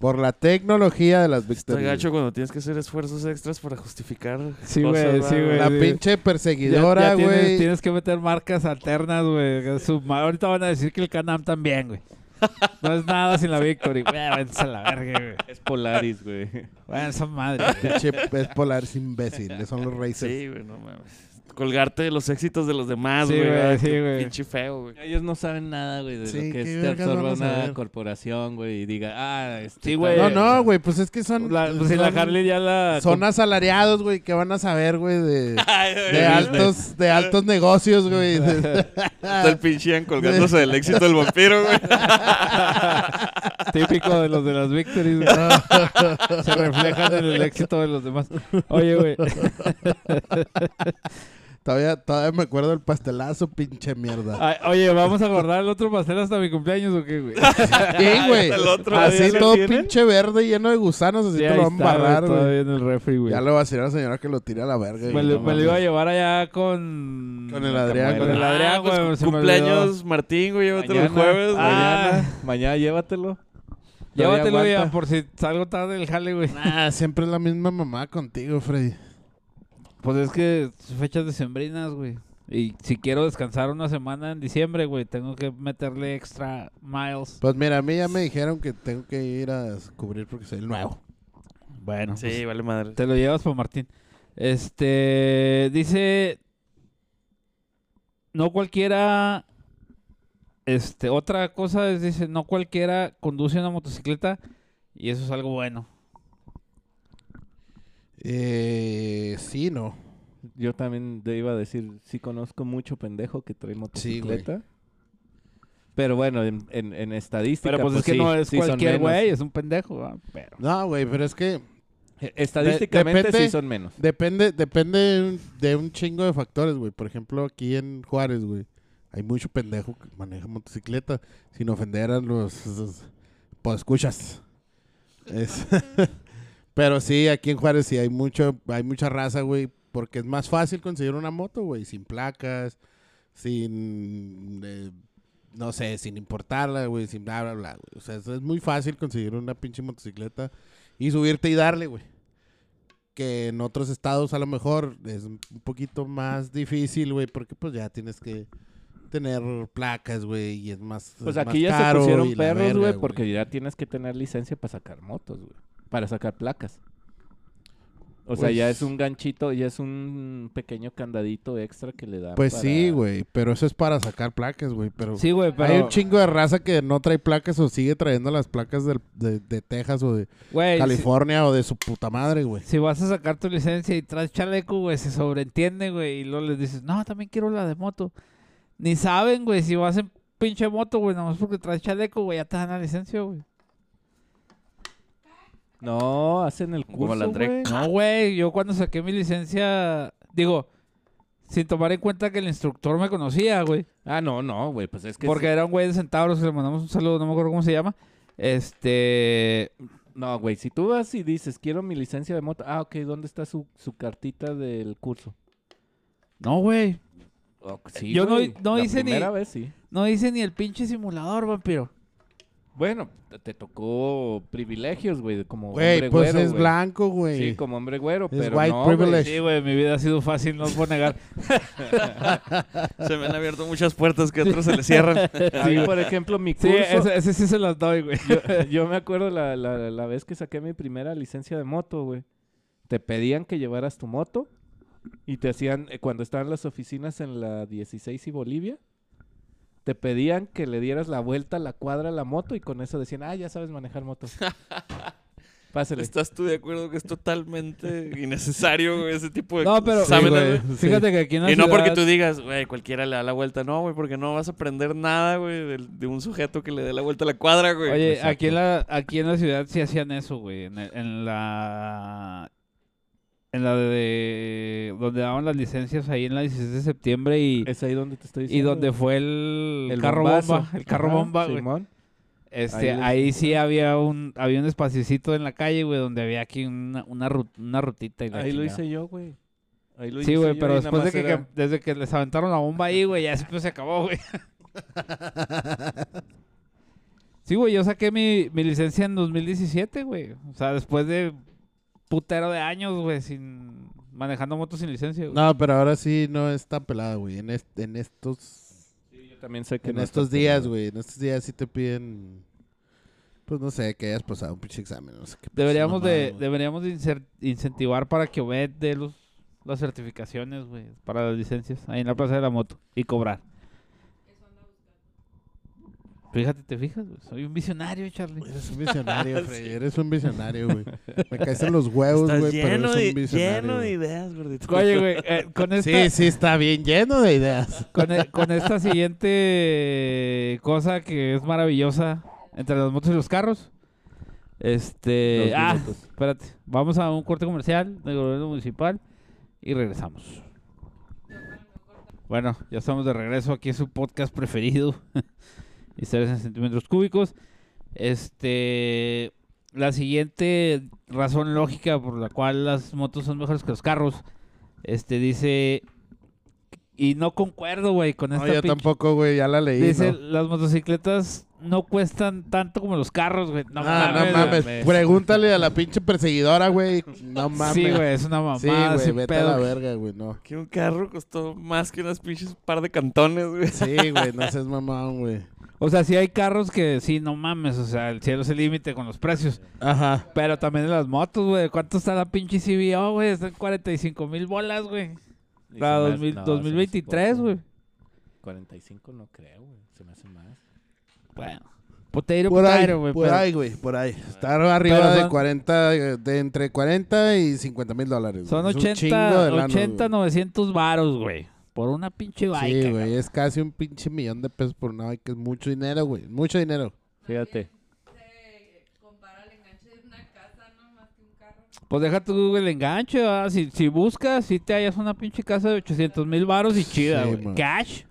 C: Por la tecnología de las
B: Está
C: Victory.
B: gacho cuando tienes que hacer esfuerzos extras para justificar.
A: Sí,
B: cosas,
A: güey,
B: ¿verdad,
A: sí, güey.
C: La
A: Sí.
C: pinche
A: Ya- ya
C: perseguidora,
A: tienes- Tienes,
C: güey.
A: que meter marcas alternas, güey. Su- Ahorita van a decir que el Canam también, güey. No es nada sin la Victory. Güey, váyanse a la verga, güey.
D: Es Polaris, güey.
A: Váyanse a madre. güey.
C: Pinche es Polaris imbécil. Son los racers.
B: Sí, güey, no mames. Colgarte de los éxitos de los demás,
A: Sí,
B: güey.
A: güey,
B: ¿verdad?
A: sí,
B: Qué
A: güey.
B: Pinche feo, güey.
D: Ellos no saben nada, güey, de
C: Sí,
D: lo que
C: ¿qué
D: es te
C: vergas
D: absorba
C: vamos a
D: una
C: ver?
D: corporación, güey, y diga, ah, este
A: Sí,
D: tal-
A: güey.
C: No, no, güey. Pues es que son.
A: La, pues si la
C: son-
A: Harley ya la...
C: Son asalariados, güey, que van a saber, güey, de,
B: Ay,
C: de altos, de altos negocios, güey.
B: Está el pinche Ian colgándose del éxito del vampiro, güey.
A: Típico de los de las Victories, güey. Se reflejan en el éxito de los demás. Oye, güey.
C: todavía, todavía me acuerdo del pastelazo, pinche mierda.
A: Ay, Oye, ¿vamos a guardar el otro pastel hasta mi cumpleaños o qué, güey?
C: Sí, güey.
B: El otro
C: Así
B: día lo
C: todo
B: tienen.
C: pinche verde, lleno de gusanos, así
A: Sí,
C: te
A: ahí
C: lo van a
A: está,
C: embarrar, güey.
A: Todavía en el refri, güey.
C: Ya lo va a decir a la señora que lo tire a la verga.
A: Me,
C: güey,
A: lo,
C: no
A: me lo iba a
C: mames.
A: llevar allá con...
C: Con el Adrián,
A: Con el
C: güey.
A: Adrián, güey.
B: pues,
A: se me olvidó.
B: cumpleaños, Martín, güey. Llévatelo el jueves, güey.
A: Ah.
D: pues, mañana, mañana llévatelo. Todavía
A: Llévatelo
D: aguanta.
A: ya, por si salgo tarde del jale, güey.
C: Ah, siempre es la misma mamá contigo, Freddy.
A: Pues es que fechas decembrinas, güey. Y si quiero descansar una semana en diciembre, güey, tengo que meterle extra miles.
C: Pues mira, a mí ya me dijeron que tengo que ir a cubrir porque soy el nuevo.
A: Bueno,
B: Sí,
A: pues,
B: vale madre.
A: Te lo llevas para Martín. Este dice no cualquiera este otra cosa es dice no cualquiera conduce una motocicleta y eso es algo bueno.
C: Eh, sí, no.
D: Yo también te iba a decir, sí conozco mucho pendejo que
C: Sí,
D: trae
C: güey.
D: motocicleta. pero bueno, en, en, en estadística.
A: Pero pues, es que
D: sí,
A: no es
D: sí son
A: cualquier
D: menos.
A: güey, es un pendejo, ¿verdad? pero
C: No, güey, pero es que
D: Eh, Estadísticamente
C: depende-
D: sí son menos.
C: depende, depende de un chingo de factores, güey. Por ejemplo, aquí en Juárez, güey, hay mucho pendejo que maneja motocicleta sin ofender a los, los- pues escuchas. Es- pero sí, aquí en Juárez sí hay mucho, hay mucha raza, güey, porque es más fácil conseguir una moto, güey, sin placas, sin eh, no sé, sin importarla, güey, sin bla bla bla, güey. O sea, eso es muy fácil conseguir una pinche motocicleta y subirte y darle, güey. Que en otros estados a lo mejor es un poquito más difícil, güey, porque pues ya tienes que tener placas, güey, y es más
D: Pues
C: es más
D: aquí ya se
C: caro
D: pusieron
C: y la
D: perros,
C: verga,
D: güey, porque ya tienes que tener licencia para sacar motos, güey. Para sacar placas. O sea, ya
C: Pues-
D: es un ganchito, ya es un pequeño candadito extra que le da.
C: Pues sí, güey, pero eso es para sacar placas, güey, pero
A: Sí, güey,
C: Hay un
A: pero
C: chingo de raza que no trae placas o sigue trayendo las placas del- de, de Texas o de
A: güey, si-
C: California o de su puta madre, güey.
A: Si vas a sacar tu licencia y traes chaleco, güey, se sobreentiende, güey. Y luego les dices, no, también quiero la de moto. Ni saben, güey, si vas en pinche moto, güey, nomás porque traes chaleco, güey, ya te dan la licencia, güey.
D: No, hacen el
B: Como
D: curso,
B: el André.
D: güey.
A: No, güey, yo cuando saqué mi licencia, digo, sin tomar en cuenta que el instructor me conocía, güey.
D: Ah, no, no, güey, pues es que...
A: Porque era un güey de centauros, le mandamos un saludo, no me acuerdo cómo se llama. Este,
D: si- No, güey, si tú vas y dices, quiero mi licencia de moto... Ah, ok, ¿dónde está su, su cartita del curso?
A: no, güey,
D: Oh, sí,
A: Yo no-
D: güey,
A: no
D: la
A: hice ni-
D: primera vez, sí.
A: no hice ni el pinche simulador, vampiro.
D: Bueno, te- te tocó privilegios, güey, de como
C: Güey,
D: hombre
C: pues
D: güero,
C: es
D: güey.
C: blanco, güey.
D: Sí, como hombre güero,
C: Es
D: pero
C: white
D: no,
C: privilege.
D: güey.
A: Sí, güey, mi vida ha sido fácil, no os puedo negar.
B: Se me han abierto muchas puertas que a otros se les cierran.
D: A mí, por ejemplo, mi
A: Sí,
D: curso...
A: ese, ese sí se las doy, güey.
D: yo, yo me acuerdo la, la- la vez que saqué mi primera licencia de moto, güey. Te pedían que llevaras tu moto y te hacían, eh, cuando estaban las oficinas en la 16 y Bolivia, te pedían que le dieras la vuelta a la cuadra a la moto y con eso decían, ah, ya sabes manejar moto. Pásale.
B: ¿Estás tú de acuerdo que es totalmente innecesario güey, ese tipo de
A: No, pero-
B: exámenes,
C: Sí, güey.
B: güey?
A: Fíjate que aquí en la
B: Y no porque
A: ciudad-
B: tú digas, güey, cualquiera le da la vuelta. No, güey, porque no vas a aprender nada, güey, del- de, un sujeto que le dé la vuelta a la cuadra, güey.
A: Oye, aquí en, la, aquí en la ciudad sí hacían eso, güey. En, el- en la... En la de... Donde daban las licencias ahí en la 16 de septiembre y...
D: Es ahí donde te estoy
A: Y
D: diciendo.
A: donde fue el,
D: El
A: carro
D: bombazo.
A: bomba, el carro
D: Ajá,
A: bomba, güey.
D: Simón.
A: Este,
D: Ahí les-
A: ahí sí había un, había un espacicito en la calle, güey, donde había aquí una, una, ru- una rutita. Y la
D: Ahí lo
A: chingada.
D: hice yo, güey. Ahí lo
A: Sí,
D: hice
A: güey,
D: yo
A: pero
D: y nada
A: después de
D: más
A: que,
D: era-
A: que- desde que les aventaron la bomba ahí, güey, ya siempre se acabó, güey. sí, güey, yo saqué mi, mi licencia en 2017, güey. O sea, después de putero de años, güey, sin manejando motos sin licencia, güey.
C: No, pero ahora sí no es tan pelada, güey. En, est- en estos,
D: Yo también sé que
C: en
D: no
C: estos
D: está
C: días,
D: penado.
C: güey. En estos días sí te piden, pues no sé, que hayas pasado un pinche examen. No sé qué pinche
A: Deberíamos
C: mamada,
A: de,
C: güey.
A: deberíamos de incer- incentivar para que Obed dé los, las certificaciones, güey, para las licencias ahí en la plaza de la moto y cobrar. Fíjate, te fijas, güey. Soy un visionario, Charlie.
C: Eres un visionario, Freddy. Eres un visionario, güey. Me caes en los huevos,
B: Estás
C: güey, pero
B: lleno,
C: eres
B: de,
C: un visionario.
B: lleno de
C: güey.
B: ideas, gordito.
A: Oye, güey, eh, con esta...
C: Sí, sí, está bien lleno de ideas.
A: con, e- con esta siguiente cosa que es maravillosa entre las motos y los carros. Este.
D: Dos
A: ah,
D: minutos.
A: espérate. Vamos a un corte comercial del gobierno municipal y regresamos. Bueno, ya estamos de regreso. Aquí es su podcast preferido: Historias en centímetros cúbicos. Este. La siguiente razón lógica por la cual las motos son mejores que los carros. Este dice. Y no concuerdo, güey, con
C: No,
A: esta
C: yo
A: pinche-
C: tampoco, güey. Ya la leí.
A: Dice,
C: ¿no?
A: las motocicletas no cuestan tanto como los carros, güey. No,
C: Ah, No,
A: mames,
C: no mames.
A: güey.
C: Pregúntale a la pinche perseguidora, güey. No mames.
A: Sí, güey, es una mamada.
C: Sí, güey,
A: sin
C: vete
A: pedo.
C: a la verga, güey, no.
B: Que un carro costó más que unas pinches par de cantones, güey.
C: Sí, güey, no seas mamón, güey.
A: O sea, sí hay carros que sí, no mames, o sea, el cielo es el límite con los precios.
C: Ajá.
A: Pero también en las motos, güey. ¿Cuánto está la pinche CBO, güey? Están 45 mil bolas, güey.
D: Y
A: Para
D: se me
A: 2000
D: hace- no, se me hace
A: 2023,
D: poco,
A: güey.
D: 45 no creo, güey. Se me hace más.
A: Bueno. Potato,
C: Por ahí,
A: potato, güey.
C: por
A: pero-
C: ahí, güey, por ahí. Está arriba
A: Pero
C: de
A: son-
C: 40, eh, de entre 40 y 50 mil dólares.
A: Son
C: güey. Es un chingo
A: 80,
C: de lana,
A: 80
C: güey.
A: 900 varos, güey. Por una pinche bike.
C: Sí, güey, es casi un pinche millón de pesos por una bike. Es mucho dinero, güey, mucho dinero.
D: Fíjate.
E: se compara el enganche de una casa, no más que un carro.
A: Pues deja tu el enganche, ¿verdad? si, si buscas, si te hallas una pinche casa de 800 mil varos y chida,
C: Sí,
A: güey.
C: man.
A: Cash,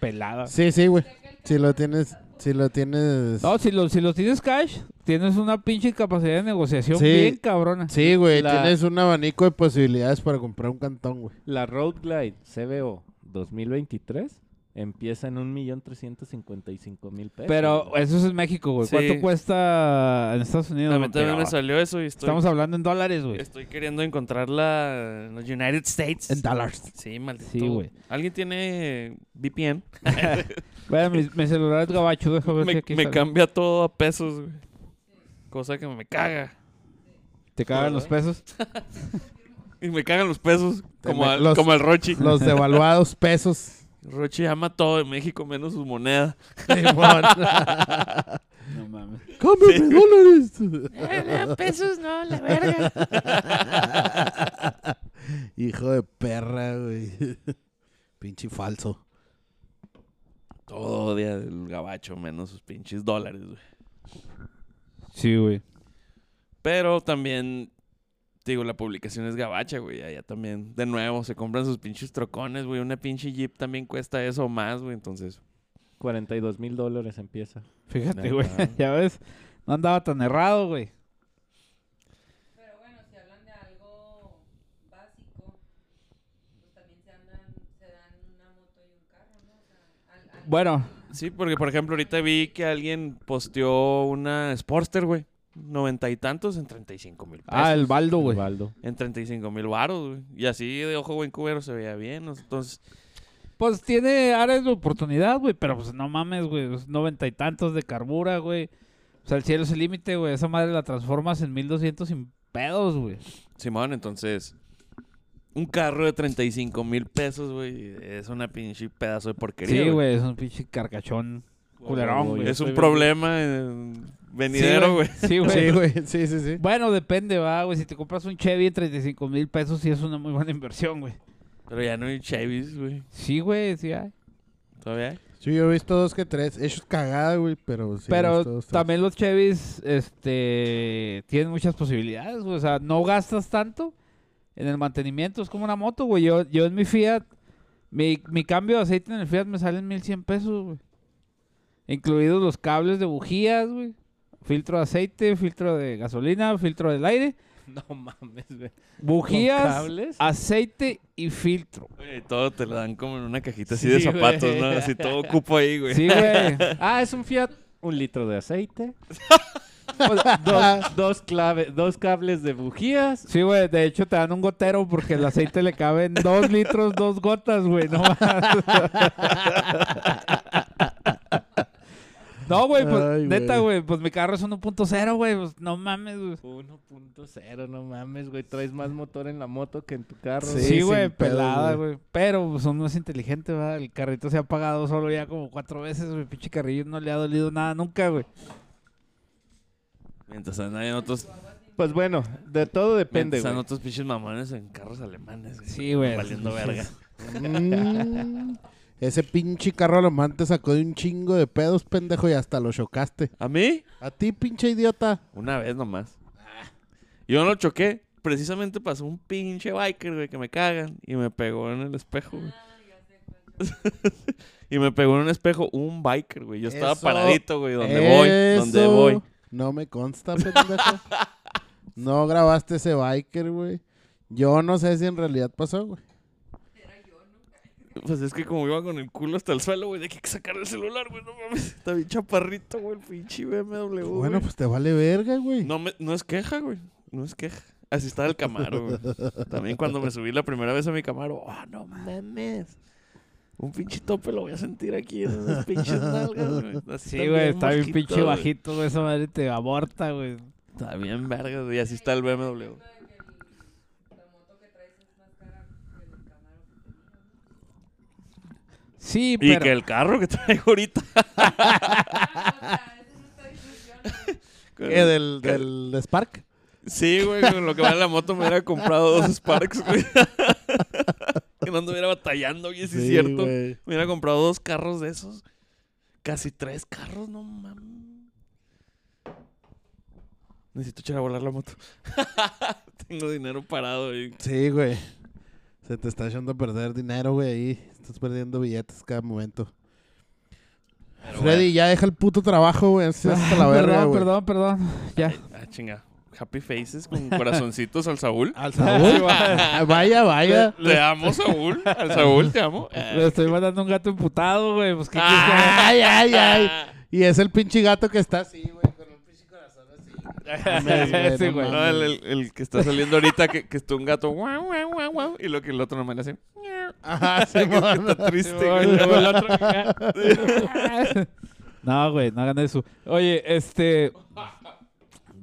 A: pelada.
C: Sí, sí, güey. Si lo tienes, si lo tienes...
A: No, si lo, si lo tienes cash, tienes una pinche capacidad de negociación
C: Sí.
A: bien cabrona.
C: Sí, güey,
D: La-
C: tienes un abanico de posibilidades para comprar un cantón, güey.
D: La Road Glide CBO 2023 empieza en 1.355.000 pesos.
A: Pero
D: güey.
A: eso es en México, güey.
B: Sí.
A: ¿Cuánto cuesta en Estados Unidos?
B: A mí también me
A: Pero
B: salió eso y estoy,
A: Estamos hablando en dólares, güey.
B: estoy queriendo encontrarla en los United States.
C: dólares.
B: Sí, maldito.
A: Sí, güey.
B: ¿Alguien tiene VPN?
A: Bueno, mi, mi celular es gabacho, deja ver si
B: me
A: aquí
B: me
A: sale.
B: cambia todo a pesos, güey. Cosa que me caga.
A: ¿Te cagan los pesos?
B: Y me cagan los pesos.
C: Te
B: Como,
C: me-
B: al,
C: los-
B: como al Rochi.
C: Los devaluados pesos.
B: Rochi ama todo de México menos su moneda.
C: Simón.
A: No mames.
C: ¡Cámbiame dólares!
E: Eh, pesos no, la verga.
C: Hijo de perra, güey. Pinche falso.
B: Todo odia del gabacho menos sus pinches dólares, güey.
A: Sí, güey.
B: Pero también, te digo, la publicación es gabacha, güey. Allá también, de nuevo, se compran sus pinches trocones, güey. Una pinche Jeep también cuesta eso o más, güey. Entonces,
D: 42 mil dólares empieza.
A: Fíjate,
D: Neta.
A: güey. Ya ves, no andaba tan errado, güey.
E: Pero bueno, si hablan de algo básico, pues también se andan, se dan una moto y un carro, ¿no? O sea, al- al-
A: Bueno,
B: sí, porque por ejemplo, ahorita vi que alguien posteó una Sportster, güey. Noventa y tantos en 35 mil pesos.
A: ah, el baldo, güey.
D: Valdo.
B: En 35 mil baros, güey. Y así de ojo buen cubero se veía bien. ¿no? Entonces,
A: Pues tiene áreas de oportunidad, güey, pero pues no mames, güey. pues, Noventa y tantos de carbura, güey. O sea, el cielo es el límite, güey. Esa madre la transformas en 1200 sin pedos, güey.
B: Simón, entonces. Un carro de 35 mil pesos, güey. Es una pinche pedazo de porquería.
A: Sí, güey, es un pinche carcachón culerón,
D: güey.
A: güey.
B: Es
D: Estoy
B: un
D: bien-
B: problema eh, venidero, güey.
A: Sí, güey.
C: Sí, güey. Sí, sí, sí.
A: Bueno, depende, va, güey. Si te compras un Chevy en 35 mil pesos, sí es una muy buena inversión, güey.
B: Pero ya no hay Chevys, güey.
A: Sí, güey, sí hay.
B: Todavía hay.
C: Sí, yo he visto dos que tres. Eso es cagada, güey, pero sí. he
A: Pero
C: visto dos, tres.
A: también los Chevys este, tienen muchas posibilidades, güey. O sea, no gastas tanto en el mantenimiento. Es como una moto, güey. Yo, yo en mi Fiat, mi, mi cambio de aceite en el Fiat me salen 1100 pesos, güey. Incluidos los cables de bujías, güey. Filtro de aceite, filtro de gasolina, filtro del aire.
D: No mames, güey. ah, ¿Con
A: Bujías,
D: cables?
A: aceite y filtro.
B: Güey, todo te lo dan como en una cajita así
D: Sí,
B: de zapatos,
D: güey.
B: ¿no? Así todo cupo ahí, güey.
A: Sí, güey.
D: Ah, es un Fiat. Un litro de aceite. O sea, dos, dos, clave, dos cables de bujías.
A: Sí, güey, de hecho te dan un gotero porque el aceite le caben dos litros, dos gotas, güey, no más. No, güey, pues,
C: Ay,
A: neta,
C: güey.
A: güey, pues mi carro es 1.0, güey, pues no mames, güey.
D: 1.0, no mames, güey. Traes más motor en la moto que en tu carro.
C: Sí,
A: Sí,
C: sin
A: güey,
C: pedos,
A: pelada,
C: güey.
A: güey. Pero pues uno es inteligente, ¿verdad? El carrito se ha apagado solo ya como cuatro veces, güey. Pinche carrillo no le ha dolido nada nunca, güey.
B: Mientras andan en otros,
D: Pues bueno, de todo depende,
B: mientras andan
D: güey.
B: otros pinches mamones en carros alemanes, güey.
A: Sí, güey.
B: Valiendo verga.
C: Mm. Ese pinche carro alemán te sacó de un chingo de pedos, pendejo, y hasta lo chocaste.
B: ¿A mí?
C: A ti, pinche idiota.
B: Una vez nomás. Yo no lo choqué. Precisamente pasó un pinche biker, güey, que me cagan. Y me pegó en el espejo, güey. y me pegó en un espejo un biker, güey. Yo estaba
C: Eso-
B: paradito, güey, donde voy, donde
C: Eso
B: voy.
C: No me consta, pendejo. no grabaste ese biker, güey. Yo no sé si en realidad pasó, güey.
B: Pues es que como iba con el culo hasta el suelo, güey, de que hay que sacar el celular, güey, no mames. Está bien chaparrito, güey, el pinche BMW.
C: Bueno,
B: güey.
C: pues te vale verga, güey. Eh,
B: No, me- no es queja, güey. No es queja. Así estaba el Camaro, güey. También cuando me subí la primera vez a mi Camaro, ¡ah, no mames! Un pinche tope lo voy a sentir aquí en las pinches nalgas, güey. Así
A: Sí,
B: está
A: güey, está bien
B: mosquito,
A: pinche
B: güey.
A: bajito, güey. Esa madre te aborta, güey.
B: Está bien verga, güey. Así está el BMW.
E: La moto que traes es más cara que el Camaro que tenías, ¿no?
A: Sí,
B: Y
A: pero...
B: que el carro que traigo ahorita.
E: Ah, o sea, eso no está discusión, ¿no?
B: con-
C: ¿Qué, del, del Spark?
B: Sí, güey, con lo que vale la moto me hubiera comprado dos Sparks, güey. que no anduviera batallando, güey, si es cierto.
C: güey.
B: Me hubiera comprado dos carros de esos. Casi tres carros, no mames. Necesito echar a volar la moto. Tengo dinero parado güey.
C: Sí, güey. Se te está echando a perder dinero, güey, ahí. Estás perdiendo billetes cada momento.
B: Pero
C: Freddy, ya deja el puto trabajo, güey. Así hasta la
A: Ah,
C: verga,
A: perdón,
C: güey.
A: perdón, perdón. Ya.
B: bueno. Ah, chinga. Happy Faces con corazoncitos al Saúl.
C: Al Saúl. vaya, vaya.
B: Te amo, Saúl. Al Saúl te amo. Eh,
A: Le estoy mandando un gato imputado, güey. Pues, ¿qué quieres que haga?
C: Ay, ay, ay. Y es el pinche gato que está así, güey, con un pinche corazón así. Mames, güey,
A: Sí,
C: no
A: güey.
B: No,
C: mames.
B: el, el- el que está saliendo ahorita, que, que está un gato, guau, guau, guau, guau, y lo que el otro nomás le hace, miau.
C: Ajá, sí,
B: Que está
C: güey.
B: triste, güey. Luego el otro,
A: No, güey, no hagan eso. Oye, este.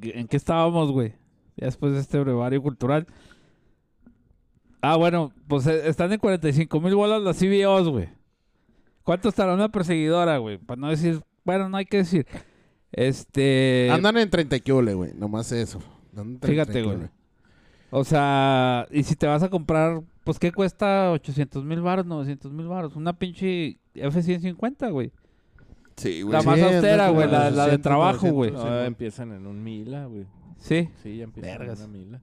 A: ¿En qué estábamos, güey? Ya después de este brevario cultural. Ah, bueno, pues eh, están en 45 mil bolas las CBOs, güey. ¿Cuánto estará una perseguidora, güey? Para no decir. Bueno, no hay que decir. Este.
C: Andan en 30 kiole, güey. Nomás eso. Andan en 30
A: Fíjate, güey.
C: kiole.
A: O sea, y si te vas a comprar, pues ¿qué cuesta 800 mil baros, 900 mil baros? Una pinche F-150, güey.
B: Sí,
A: La más
C: Sí,
A: austera,
C: andan
A: güey,
C: como
A: la, la de
C: 900,
A: trabajo, güey.
C: Sí,
D: Ahora
C: güey.
D: Ah, empiezan en un mila, güey.
A: Sí,
D: Sí, ya empiezan
A: Vergas.
D: en una mila.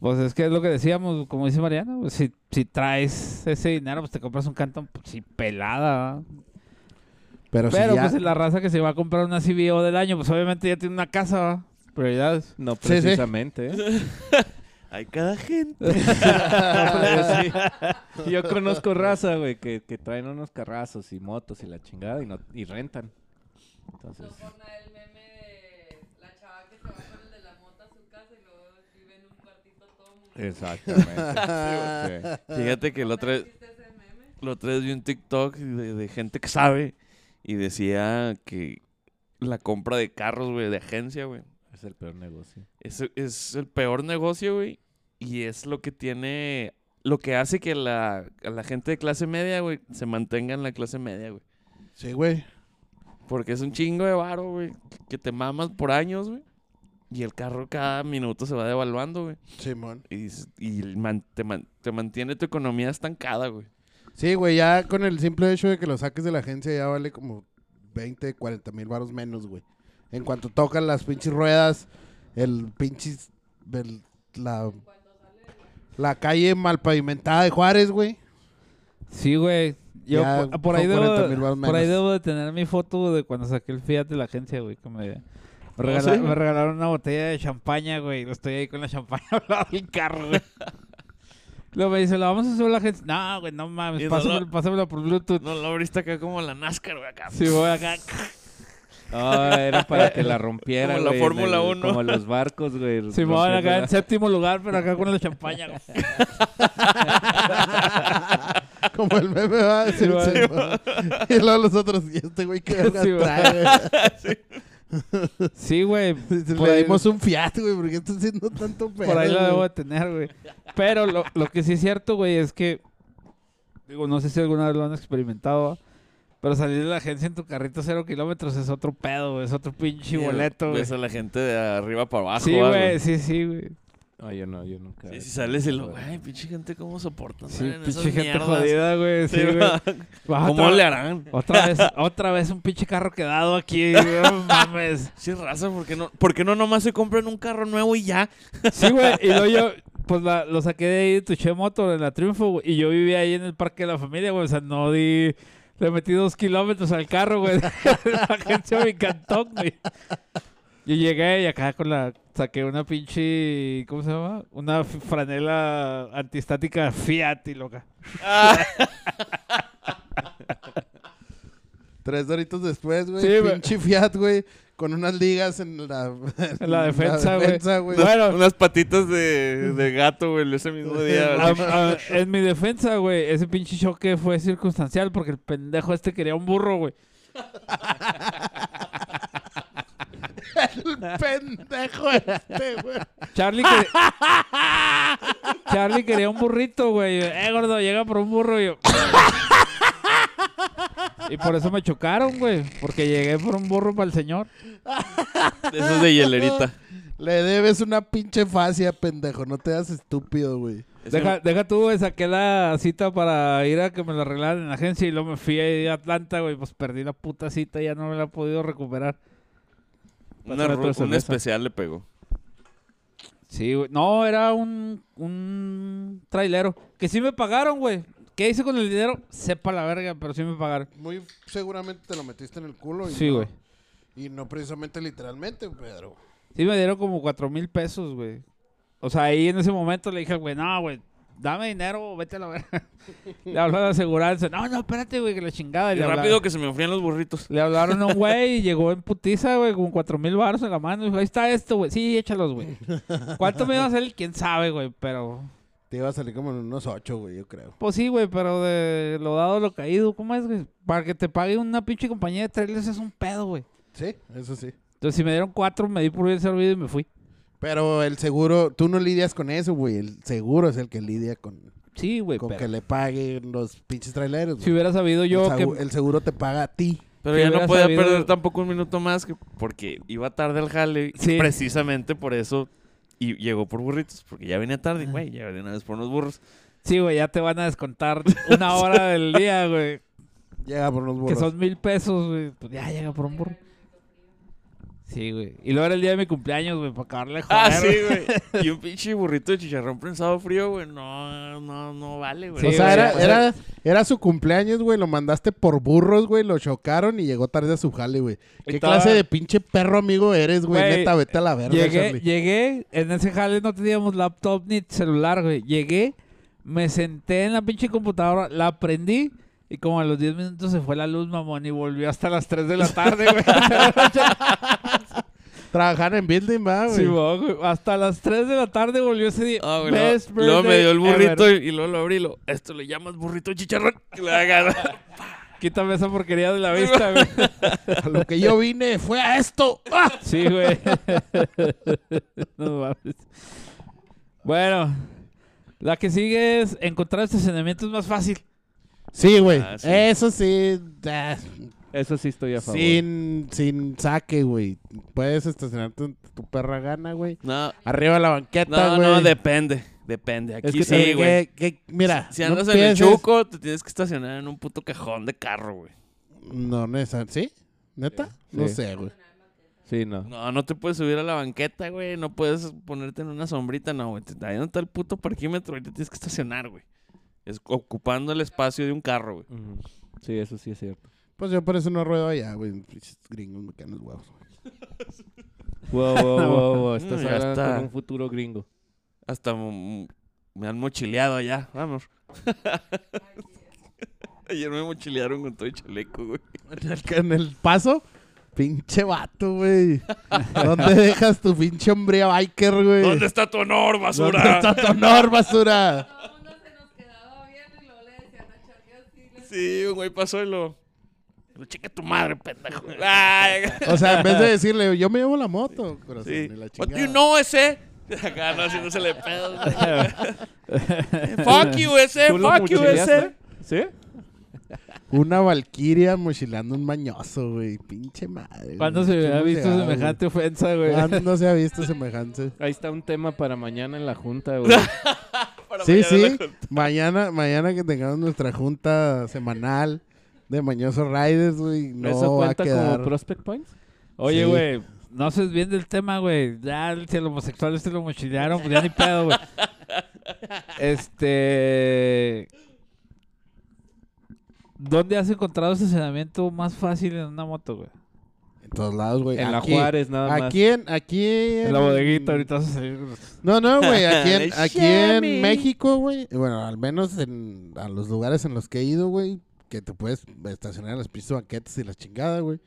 A: pues es que es lo que decíamos, como dice Mariana, pues, si, si traes ese dinero, pues te compras un cantón, pues sí, pelada. ¿va?
C: Pero,
A: Pero,
C: si ya...
A: pues la raza que se va a comprar una CBO del año, pues obviamente ya tiene una casa, ¿va? Prioridades.
D: No
C: Sí, sí.
D: precisamente, ¿eh?
B: Hay cada gente.
D: Sí, Yo conozco raza, güey, que, que traen unos carrazos y motos y la chingada y, no, y rentan. Entonces,
E: No por nada el meme de la chava que se va con el de la moto a su casa y luego vive en un cuartito todo mundo.
D: exactamente. Sí.
B: Fíjate que la otra vez,
E: ¿Viste ese meme?
B: la otra vez vi un TikTok de, de gente que sabe y decía que la compra de carros, güey, de agencia, güey,
D: Es el peor negocio.
B: es, es el peor negocio, güey, y es lo que tiene, lo que hace que la, a la gente de clase media, güey, se mantenga en la clase media, güey.
C: Sí, güey.
B: Porque es un chingo de varo, güey. Que te mamas por años, güey. Y el carro cada minuto se va devaluando, güey.
C: Simón.
B: Y, dices- y el man- te, man- te mantiene tu economía estancada, güey.
C: Sí, güey, ya con el simple hecho de que lo saques de la agencia ya vale como 20, 40 mil baros menos, güey. En cuanto tocan las pinches ruedas, el pinches... el- la, la calle mal pavimentada de Juárez, güey.
A: Sí, güey. Yo
C: Ya
A: por, por
C: son
A: ahí debo,
C: 40,000 baros
A: por ahí
C: menos.
A: debo de tener mi foto de cuando saqué el Fiat de la agencia, güey. Que me, me regala-
B: sí?
A: me regalaron una botella de champaña, güey. Estoy ahí con la champaña al lado del carro, güey. Luego me dice, ¿la vamos a subir a la agencia? No, güey, no
B: Y
A: mames.
B: no
A: Pásamela,
B: lo-
A: pásamela por Bluetooth.
B: No lo abriste acá como la NASCAR, güey, acá.
A: Sí, voy acá.
D: No, Ah, era para que la rompiera,
B: Como la
D: güey, en
B: Fórmula
D: el-
B: Uno.
D: Como los barcos, güey.
A: Sí, voy acá en
D: rompiéndola.
A: séptimo lugar, pero acá con la champaña. güey.
C: Como el meme va a decir,
A: güey.
C: Simón. Y luego los otros, y este güey que verga
A: Sí, güey.
C: trae,
A: Sí, güey. Por
C: Le
A: ahí-
C: dimos un fiat, güey, porque está haciendo tanto pedo.
A: Por ahí la
C: güey?
A: debo de tener, güey. Pero lo, lo que sí es cierto, güey, es que. Digo, no sé si alguna vez lo han experimentado. ¿va? Pero salir de la agencia en tu carrito cero kilómetros es otro pedo, güey. Es otro pinche boleto, güey.
B: Ves a la gente de arriba para abajo,
A: Sí,
B: ah,
A: güey, sí, sí, güey.
D: No, yo no, yo nunca.
B: Sí, si sales el... Güey, pinche gente, ¿cómo soportan?
A: Sí,
B: en esas
A: pinche gente
B: mierdas?
A: jodida, güey. Sí,
B: Sí,
A: güey.
B: va.
A: Vas
B: ¿Cómo
A: otra-
B: le harán?
A: Otra vez, otra vez un pinche carro quedado aquí, güey, no mames.
B: Sí, raza, ¿por qué, no, ¿por qué no nomás se compran un carro nuevo y ya?
A: Sí, güey, y luego yo, pues la- lo saqué de ahí de Tuché Motor, en la Triunfo, güey, y yo vivía ahí en el Parque de la Familia, güey, o sea, no di, le metí dos kilómetros al carro, güey, de la agencia a mi cantón, güey. Yo llegué y acá con la. Saqué una pinche. ¿Cómo se llama? Una f- franela antistática Fiat y loca.
C: Tres doritos después, güey.
A: Sí, güey.
C: pinche Fiat, güey. Con unas ligas en la,
A: En la defensa, güey.
C: defensa, güey.
A: Bueno,
B: Unas patitas de, de gato, güey, ese mismo día.
A: Ah,
B: güey.
A: ah, en mi defensa, güey, ese pinche choque fue circunstancial porque el pendejo este quería un burro, güey.
C: Pendejo este, güey.
A: Charlie, que- Charlie quería un burrito, güey. Eh, gordo, llega por un burro. Y, yo... y por eso me chocaron, güey. Porque llegué por un burro para el señor.
B: Eso es de hielerita.
C: Le debes una pinche fascia, pendejo. No te das estúpido, güey.
B: Es que-
A: Deja, deja tú, güey, saqué la cita para ir a que me la arreglaran en la agencia y luego me fui ahí a Atlanta, güey. Pues perdí la puta cita, ya no me la he podido recuperar.
B: una
D: Pásame
B: ru-
D: otra
B: un
D: cerveza.
B: especial le pegó.
A: Sí, güey. No, era un, un trailero. Que sí me pagaron, güey. ¿Qué hice con el dinero? Sepa la verga, pero sí me pagaron.
C: Muy seguramente te lo metiste en el culo. Y
A: Sí,
C: no-
A: güey.
C: Y no precisamente literalmente, pero...
A: Sí me dieron como cuatro mil pesos, güey. O sea, ahí en ese momento le dije, al güey, no, güey, dame dinero, vete a la verga. le habló a la aseguranza. No, no, espérate, güey, que la chingada.
B: Y
A: le habla-
B: rápido que se me enfrían los burritos.
A: Le hablaron a un güey y llegó en putiza, güey, con cuatro mil baros en la mano. Dijo, ahí está esto, güey. Sí, échalos, güey. ¿Cuánto me iba a salir? ¿Quién sabe, güey? Pero...
C: Te iba a salir como en unos ocho, güey, yo creo.
A: Pues sí, güey, pero de lo dado, lo caído, ¿cómo es, güey? Para que te pague una pinche compañía de trailers es un pedo, güey.
C: Sí, eso sí.
A: Entonces, si me dieron cuatro, me di por bien servido y me fui.
C: Pero el seguro, tú no lidias con eso, güey. El seguro es el que lidia con,
A: Sí, güey,
C: con
A: pero...
C: que le paguen los pinches traileros.
A: Si
C: güey.
A: hubiera sabido yo
C: el,
A: que...
C: segu- el seguro te paga a ti.
B: Pero
A: Que
B: ya no
A: hubiera
B: podía
A: sabido-
B: perder tampoco un minuto más que- porque iba tarde al jale. y
A: Sí.
B: Precisamente por eso. Y llegó por burritos, porque ya venía tarde, güey. Ya venía una vez por unos burros.
A: Sí, güey, ya te van a descontar una hora del día, güey.
C: Llega por los
A: Que
C: burros.
A: son mil pesos, güey. Pues ya llega por un burro. Sí, güey. Y luego era el día de mi cumpleaños, güey, para acabarle de joder.
B: Ah, sí, güey. Y un pinche burrito de chicharrón prensado frío, güey. No, no, no vale, güey.
A: Sí,
C: o sea,
A: güey,
C: era,
A: pues,
C: era, era su cumpleaños, güey. Lo mandaste por burros, güey. Lo chocaron y llegó tarde a su jale, güey. ¿Qué
A: Estaba-
C: clase de pinche perro amigo eres, güey?
A: Güey,
C: Neta, vete a la verga,
A: Llegué,
C: Charlie.
A: llegué, en ese jale no teníamos laptop ni celular, güey. Llegué, me senté en la pinche computadora, la prendí y como a los 10 minutos se fue la luz, mamón, y volvió hasta las 3 de la tarde, güey.
C: Trabajar en building, va, güey.
A: Sí, mo, güey. Hasta las 3 de la tarde volvió ese día.
B: Ah, güey,
A: Best
B: luego, luego me
A: birthday
B: dio el
A: ever.
B: burrito y, y luego lo abrí. y lo, Esto le llamas burrito de chicharrón. Y le agarra.
A: Quítame esa porquería de la vista, güey.
C: A lo que yo vine fue a esto. ¡Ah!
A: Sí, güey. no mames. Bueno, la que sigue es encontrar estacionamientos más fácil.
C: Sí, güey.
B: Ah, sí.
C: Eso sí. ah,
D: Eso sí estoy a favor.
C: sin, sin saque, güey. Puedes estacionarte donde tu perra gana, güey.
B: No,
C: Arriba de la banqueta,
B: no,
C: güey.
B: no, depende. Depende. Aquí
D: Es que
B: sí,
D: también
B: güey.
C: Que- que- mira.
B: Si
C: no
B: andas en el
C: empieces-
B: chuco, te tienes que estacionar en un puto cajón de carro, güey.
C: No, no es ¿Sí? ¿Neta? No sé, güey.
D: Sí, no.
B: No, no te puedes subir a la banqueta, güey. No puedes ponerte en una sombrita, no, güey. Te- Ahí no está el puto parquímetro y te tienes que estacionar, güey. Es ocupando el espacio de un carro, güey.
D: Ujú. Sí, eso sí es cierto.
C: Pues yo por eso no ruedo allá, güey. Pinches Gringos me caen los huevos. güey.
D: Wow, wow, wow, wow. Estás
B: Mm, ya
D: hablando
B: está.
D: con un futuro gringo.
B: Hasta mo- me han mochileado allá. Vamos. Ayer me mochilearon con todo el chaleco, güey.
C: En el paso, pinche vato, güey. ¿Dónde dejas tu pinche hombría biker, güey?
B: ¿Dónde está tu honor, basura?
C: ¿Dónde está tu honor, basura?
E: Todo el mundo se nos quedaba viendo y luego le decían a Charlie así. le-
B: Sí, un güey pasó y lo. Lo checa tu madre, pendejo. Ay,
C: O sea, en vez de decirle, yo me llevo la moto, corazón,
B: sí. Pues,
C: y la
B: What do
C: chingada.
B: you know, ese? Acá no haciéndosele pedo. Fuck you, ese.
D: ¿Tú lo
B: Fuck you, ese.
D: mochileaste? ¿Sí?
C: Una valquiria mochilando un mañoso, güey. Pinche madre.
A: ¿Cuándo
C: güey.
A: se hubiera
C: ¿Cómo
A: visto
C: da,
A: semejante ofensa,
C: güey?
A: güey?
D: Ah,
C: ¿Cuándo se ha visto semejante?
D: Ahí está un tema para mañana en la junta, güey.
B: Para
C: Sí,
B: mañana la
C: sí.
B: junta.
C: Mañana, mañana que tengamos nuestra junta semanal de Mañoso Riders, güey. No
D: ¿Eso
C: va a
D: cuenta
C: quedar.
D: como Prospect Points?
A: Oye,
C: Sí.
A: güey, no se bien del tema, güey. Ya si el homosexual se lo mochilearon, pues ya ni pedo, güey. Este. ¿Dónde has encontrado estacionamiento más fácil en una moto, güey?
C: En todos lados, güey.
D: en la
C: Aquí-
D: Juárez nada más.
C: Aquí en, aquí en...
A: En la bodeguita ahorita vas a salir.
C: No, no, güey. Aquí en,
B: Ay,
C: aquí en
B: Shami.
C: México, güey. Bueno, al menos en a los lugares en los que he ido, güey. Que te puedes estacionar en las pisos banquetes y la chingada, güey.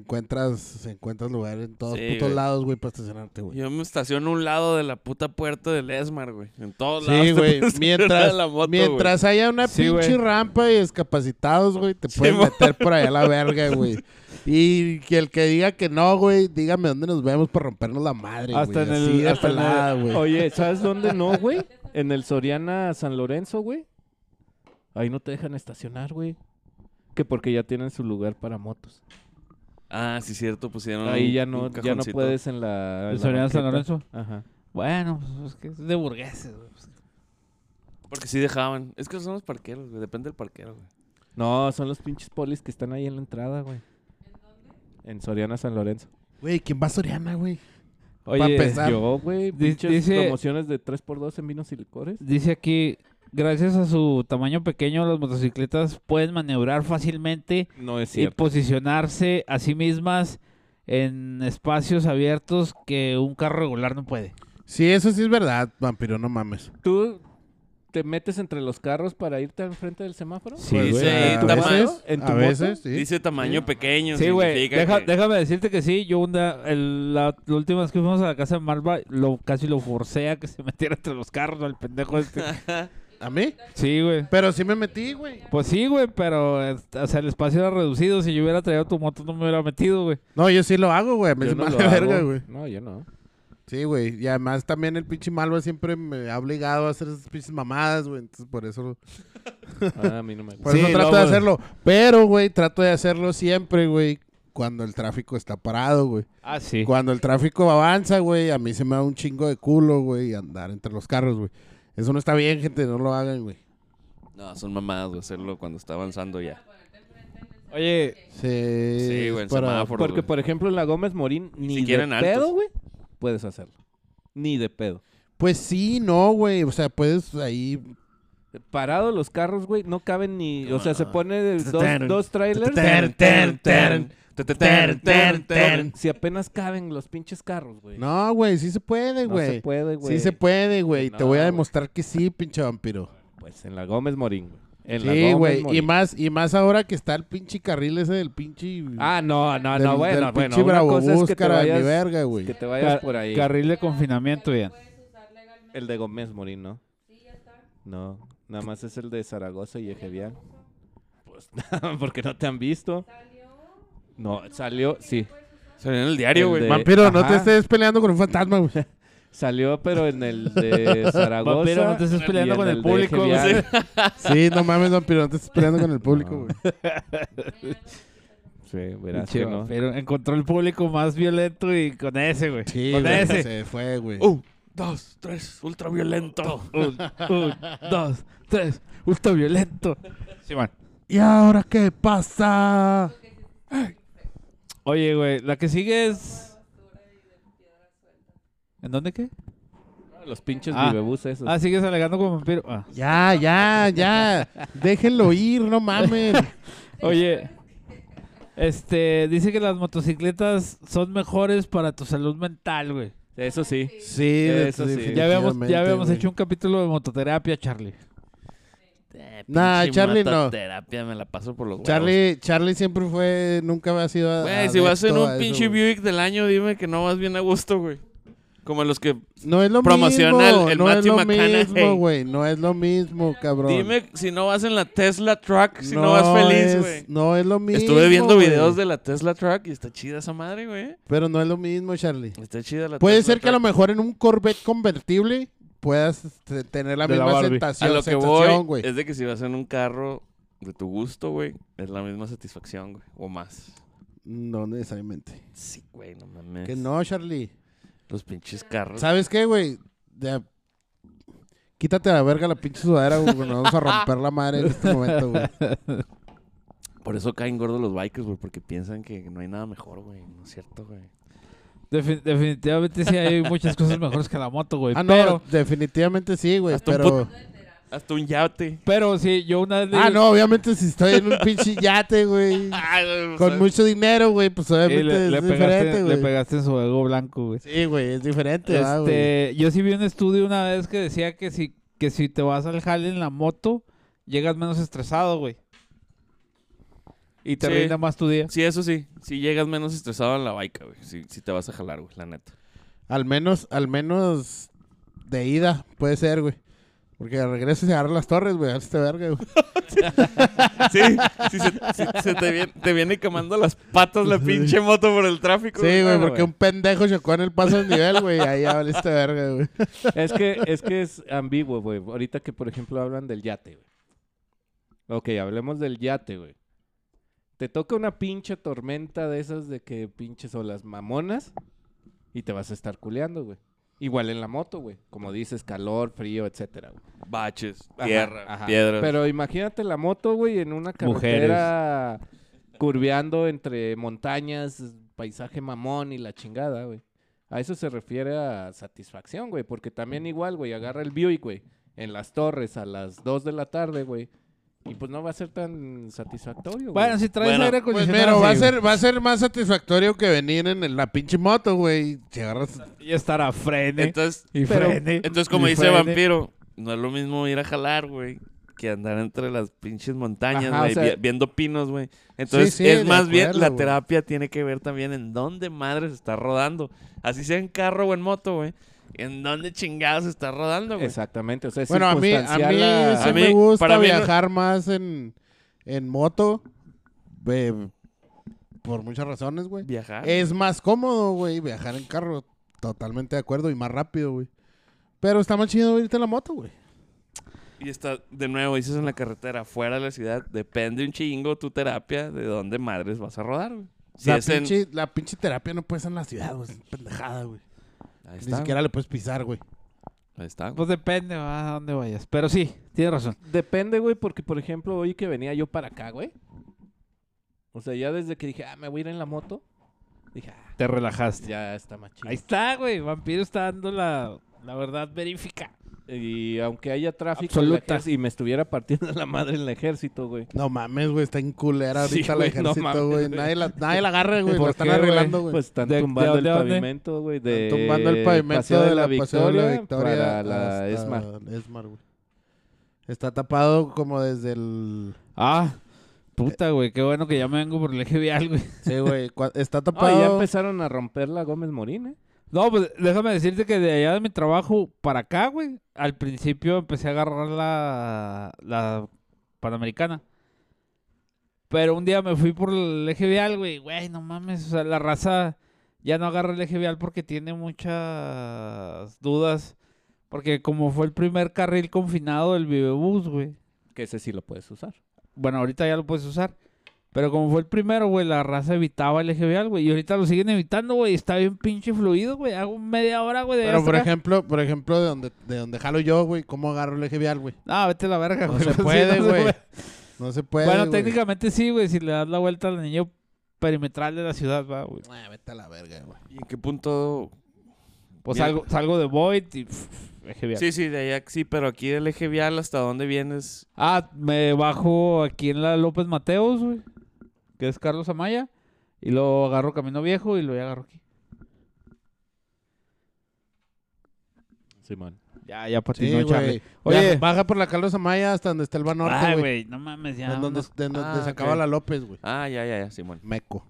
C: Encuentras, encuentras lugares en todos
B: Sí,
C: putos
B: güey.
C: lados, güey, para estacionarte, güey.
B: Yo me estaciono a un lado de la puta puerta del Esmar, güey. En todos lados.
C: Sí,
B: te
C: güey.
B: puedes estacionar
C: Mientras,
B: la moto, güey.
C: mientras haya una
A: Sí,
C: pinche
A: güey.
C: rampa y discapacitados, güey, te puedes
B: mo.
C: meter por allá a la verga, güey. Y que el que diga que no, güey, dígame dónde nos vemos para rompernos la madre, güey.
A: Hasta en el-
C: Así de
A: hasta en el-
C: pelada, güey.
D: Oye, ¿sabes dónde no, güey? En el Soriana San Lorenzo, güey. Ahí no te dejan estacionar, güey. Que porque ya tienen su lugar para motos.
B: Ah, sí, cierto, pusieron.
D: Ahí
B: un-
D: ya
B: un
D: no, ya no
B: cajoncito.
D: puedes en la. en
A: ¿El
D: la
A: Soriana San
D: banqueta.
A: Lorenzo?
D: Ajá.
A: Bueno, pues es que es de burgueses, güey. Pues,
B: Porque sí dejaban. Es que son los parqueros, güey. Depende del parquero, güey.
D: No, son los pinches polis que están ahí en la entrada, güey. En Soriana San Lorenzo.
C: Güey, ¿quién va a Soriana, güey?
A: Oye,
C: empezar. Claro.
D: Yo, Oh, güey,
A: Di-
D: pinches
A: dice-
D: promociones de 3x2 en vinos y licores.
A: dice aquí, gracias a su tamaño pequeño, las motocicletas pueden maniobrar fácilmente
D: No es
A: y posicionarse a sí mismas en espacios abiertos que un carro regular no puede.
C: Sí, eso sí es verdad, vampiro, no mames.
D: ¿Tú te metes entre los carros para irte al frente del semáforo?
A: Sí,
C: Pues,
B: güey.
C: güey,
B: ¿En tu
C: a
B: mano?
C: veces,
D: ¿En tu
C: a
D: moto?
C: veces, sí.
B: Dice tamaño pequeño.
A: Sí, güey.
B: significa
A: deja-
B: que-
A: Déjame decirte que sí. Yo una, el- la, la última vez que fuimos a la casa de Malva, lo, casi lo forcé a que se metiera entre los carros al pendejo este.
C: ¿A mí?
A: Sí, güey.
C: Pero sí me metí, güey.
A: Pues sí, güey, pero eh, o sea, el espacio era reducido. Si yo hubiera traído tu moto, no me hubiera metido, güey.
C: No, yo sí lo hago, güey. Me
D: Yo
C: dice
D: no
C: mal
D: lo
C: de
D: hago.
C: verga, güey.
D: No, yo no.
C: Sí, güey. Y además también el pinche Malva siempre me ha obligado a hacer esas pinches mamadas, güey. Entonces por eso,
D: Ah, a mí no me gusta.
C: por
A: Sí,
C: eso trato
A: luego-
C: de hacerlo. Pero, güey, trato de hacerlo siempre, güey. Cuando el tráfico está parado, güey.
A: Ah, sí.
C: Cuando el tráfico avanza, güey, a mí se me da un chingo de culo, güey, andar entre los carros, güey. Eso no está bien, gente, no lo hagan, güey.
B: No, son mamadas, güey. Hacerlo cuando está avanzando ya.
A: Oye,
C: Sí,
B: Sí,
C: es
B: güey. en
C: para-
B: semáforo,
D: Porque,
B: güey.
D: por ejemplo, en la Gómez Morín, ni de
B: quieren altos.
D: pedo, güey, puedes hacerlo. Ni de pedo.
C: Pues sí, no, güey. O sea, puedes ahí.
D: Parado los carros, güey, no caben ni... O sea,
C: Ah.
D: se pone de dos,
C: Tataran,
D: dos trailers.
C: tataran, tataran, tataran,
B: Tataran, tataran, tataran.
D: Si apenas caben los pinches carros, güey.
C: No, güey, sí se puede,
D: No se
C: güey.
D: puede, güey.
C: sí se puede, güey. Te
D: No,
C: voy a
D: güey.
C: demostrar que sí, pinche vampiro.
D: Pues en la Gómez Morín, güey. En la
C: Sí,
D: Gómez
C: güey. Y
D: Morín.
C: más, y más ahora que está el pinche carril ese del pinche.
D: Ah, no, no,
C: del-
D: no, bueno,
C: del
D: bueno.
C: pinche
D: una
C: Bravo
D: cosa es que te
C: Búscara, mi
D: vayas,
C: verga, güey.
D: que te vayas
A: Car-
D: por ahí.
A: carril de confinamiento, bien.
D: El de Gómez Morín, ¿no? No, nada más es el de Zaragoza y Ejevial. Pues nada, porque no te han visto. No, salió, sí.
B: Salió en el diario,
D: El
B: güey.
D: de-
C: Vampiro, no te
D: ajá.
C: estés peleando con un fantasma, güey.
D: Salió, pero en el de Zaragoza.
A: Vampiro, no te estés
D: y
A: peleando
D: en
A: con el
D: de
A: público,
D: Ejevial.
C: Sí, no mames, vampiro, no te estés peleando con el público,
D: No.
C: güey.
D: Sí, verás
A: Pinche
D: que no.
A: vampiro. encontró el público más violento y con ese, güey.
C: Sí,
A: con
C: güey.
A: ese.
C: Se fue, güey.
B: Un, dos, tres. Ultraviolento.
A: Un, un, dos, tres. Ultra violento. Sí, man.
C: ¿Y ahora qué pasa?
A: Oye, güey, la que sigue es. ¿En dónde qué?
D: Los pinches
A: Ah.
D: vivebús esos.
A: Ah, sigues alegando como vampiro. Ah.
C: Ya, ya, ya. Déjenlo ir, no mames.
A: Oye, este, dice que las motocicletas son mejores para tu salud mental, güey.
D: Eso sí.
C: Sí,
D: Eso sí.
A: Ya habíamos,
C: definitivamente,
A: ya habíamos
C: güey.
A: hecho un capítulo de mototerapia, Charlie.
C: Nah, Charlie no.
B: Eh, Terapia me la paso por los huevos.
C: Charlie, Charlie siempre fue, nunca ha sido. a-
B: Güey, si vas en
C: adepto
B: un
C: a
B: pinche
C: eso, güey.
B: Buick del año, dime que no vas bien a gusto, güey. Como los que...
C: No es lo
B: Promociona
C: mismo.
B: el- el
C: no es
B: Matthew
C: lo
B: McConaughey.
C: mismo, güey. No es lo mismo, cabrón.
B: Dime si no vas en la Tesla Truck, si no, vas feliz,
C: es-
B: güey.
C: No es lo mismo.
B: Estuve viendo
C: güey.
B: videos de la Tesla Truck y está chida esa madre, güey.
C: Pero no es lo mismo, Charlie.
B: Está chida la
C: Puede
B: Tesla
C: ser que a lo
B: Truck.
C: mejor en un Corvette convertible puedas este, tener la
A: De la
C: misma
A: Barbie.
B: A
C: sensación,
B: lo que
C: sensación,
B: voy
C: güey.
B: es de que si vas en un carro de tu gusto, güey, es la misma satisfacción, güey. O más.
C: No necesariamente.
B: Sí, güey, no mames.
C: Que no, Charlie.
B: Los pinches carros.
C: ¿Sabes qué, güey? Ya- Quítate a la verga la pinche sudadera, güey. porque Nos vamos a romper la madre en este momento, güey.
B: Por eso caen gordos los bikers, güey, porque piensan que no hay nada mejor, güey. No es cierto, güey.
A: Defi- definitivamente sí hay muchas cosas mejores que la moto, güey.
C: Ah, no,
A: pero
C: definitivamente sí, güey.
B: un
C: Pero,
B: Hasta un yate.
A: Pero sí, yo una vez... le-
C: Ah, no, obviamente si estoy en un pinche yate, güey. Con mucho dinero, güey, pues
A: y
C: obviamente
A: le,
C: es
A: le
C: diferente,
A: pegaste, le
C: güey.
A: pegaste en su ego blanco, güey.
C: Sí, güey, es diferente, va, güey.
A: Este, yo sí vi un estudio una vez que decía que si, que si te vas al jale en la moto, llegas menos estresado, güey. Y te
B: Sí.
A: rinde más tu día.
B: Sí, eso sí. Si llegas menos estresado en la baica, güey. Si, si te vas a jalar, güey, la neta.
C: Al menos, al menos de ida, puede ser, güey. Porque al regreso se agarran las torres, güey. Hazte verga, güey.
B: Sí, sí, se, sí, se te, viene, te viene quemando las patas la pinche moto por el tráfico.
C: Sí, güey,
B: Bueno,
C: porque un pendejo chocó en el paso del nivel, güey. Ahí ya valiste verga, güey.
D: Es que es, que es ambiguo, güey. Ahorita que, por ejemplo, hablan del yate, güey. Ok, hablemos del yate, güey. Te toca una pinche tormenta de esas de que pinches olas mamonas y te vas a estar culeando, güey. Igual en la moto, güey. Como dices, calor, frío, etcétera, güey.
B: Baches,
D: Ajá,
B: tierra,
D: ajá.
B: piedras.
D: Pero imagínate la moto, güey, en una carretera curveando entre montañas, paisaje mamón y la chingada, güey. A eso se refiere a satisfacción, güey, porque también igual, güey, agarra el Buick, güey, en las torres a las 2 de la tarde, güey. Y pues no va a ser tan satisfactorio, güey.
A: Bueno, si traes
B: Bueno,
A: aire
C: Pues,
A: acondicionado.
C: pero va a,
A: sí,
C: ser, va a ser más satisfactorio que venir en la pinche moto, güey. y Te agarras.
A: güey. Y estar a frene.
B: Entonces,
A: y
D: pero-
A: frene.
B: entonces, como
A: y
B: dice
A: frene.
B: Vampiro, no es lo mismo ir a jalar, güey, que andar entre las pinches montañas,
D: Ajá, o
B: güey,
D: sea-
B: vi- viendo pinos, güey. Entonces,
C: sí, de
B: es más bien,
C: acuerdo,
B: la
C: güey.
B: terapia tiene que ver también en dónde madres está rodando. Así sea en carro o en moto, güey. En dónde chingados está rodando, güey.
D: Exactamente, o sea, es
C: Bueno, a mí, a mí
D: circunstancial
C: sí
B: A mí-
C: me gusta
B: para mí no-
C: viajar más en, en moto. ve, por muchas razones, güey.
B: Viajar.
C: Es más cómodo, güey, viajar en carro. Totalmente de acuerdo y más rápido, güey. Pero está más chido irte en la moto, güey.
B: Y está, de nuevo, dices en la carretera, fuera de la ciudad, depende un chingo tu terapia de dónde madres vas a rodar, güey. Si
C: la,
B: es en-
C: pinche, la pinche terapia no puede ser en la ciudad, güey. Es pendejada, güey.
B: Ahí
C: Ni
B: está,
C: siquiera le puedes pisar, güey.
B: ahí está, güey.
A: Pues depende va, a dónde vayas. Pero sí, tienes razón.
D: Depende, güey, porque por ejemplo, hoy que venía yo para acá, güey. O sea, ya desde que dije, ah, me voy a ir en la moto, dije, ah,
A: Te relajaste.
D: ya está más chido.
A: Ahí está, güey. Vampiro está dando la, la verdad verifica.
D: Y aunque haya tráfico en la
A: Absoluta.
D: ejército- y me estuviera partiendo la madre en el ejército, güey.
C: No mames, güey. Está en culera
D: Sí,
C: ahorita el
D: güey, no
C: ejército,
D: mames,
C: güey.
D: güey.
C: Nadie la, nadie la agarra, güey.
A: ¿Por
C: Lo están
A: qué, güey?
C: arreglando, güey.
D: Pues están
A: ¿De- de
D: tumbando
A: dónde,
D: el
A: a dónde?
D: pavimento, güey. De
C: Están tumbando el pavimento
D: Paseo
C: de la Paseo de la Victoria
D: para la
C: hasta
D: ESMAR.
C: Esmar, güey. Está tapado como desde el...
A: Ah, puta, güey. Qué bueno que ya me vengo por el eje vial, güey.
C: Sí, güey. cua- Está
D: Ah, ya
C: tapado...
D: empezaron a romper la Gómez Morín, ¿eh?
A: No, pues déjame decirte que de allá de mi trabajo para acá, güey, al principio empecé a agarrar la, la Panamericana. Pero un día me fui por el eje vial, güey. Güey, no mames, o sea, la raza ya no agarra el eje vial porque tiene muchas dudas. Porque como fue el primer carril confinado del Vivebus, güey.
D: Que ese sí lo puedes usar.
A: Bueno, ahorita ya lo puedes usar. Pero como fue el primero, güey, la raza evitaba el eje vial, güey. Y ahorita lo siguen evitando, güey. Está bien pinche fluido, güey. Hago media hora, güey. de allá
C: Pero, por
A: hasta acá.
C: ejemplo, por ejemplo, de donde, de donde jalo yo, güey, ¿cómo agarro el eje vial, güey?
A: No, Ah, vete a la verga,
C: No
A: güey.
C: se
A: Sí, no
C: puede,
A: se
C: güey.
A: puede.
C: No se puede,
A: Bueno,
C: güey.
A: técnicamente sí, güey. Si le das la vuelta al niño perimetral de la ciudad, va, güey.
C: Ah, vete a la verga, güey.
B: ¿Y en qué punto?
A: Pues
B: Bien.
A: salgo, salgo de Void y... pff, eje vial.
B: Sí, sí, de allá sí, pero aquí del eje vial, ¿hasta dónde vienes?
A: Ah, me bajo aquí en la López Mateos, güey. Que es Carlos Amaya. Y luego agarro Camino Viejo y luego ya agarro aquí.
D: Simón.
A: Ya, ya patinó,
C: Sí,
A: Charlie.
C: güey.
A: Oye.
C: Oye. Baja por la Carlos Amaya hasta donde está el Banorte,
A: Ay,
C: güey.
A: güey, no mames, ya.
C: En donde,
A: unos-
C: de- donde
B: Ah,
C: se acaba
B: ok.
C: la López, güey.
B: Ah, ya, ya, ya, Simón.
C: Meco.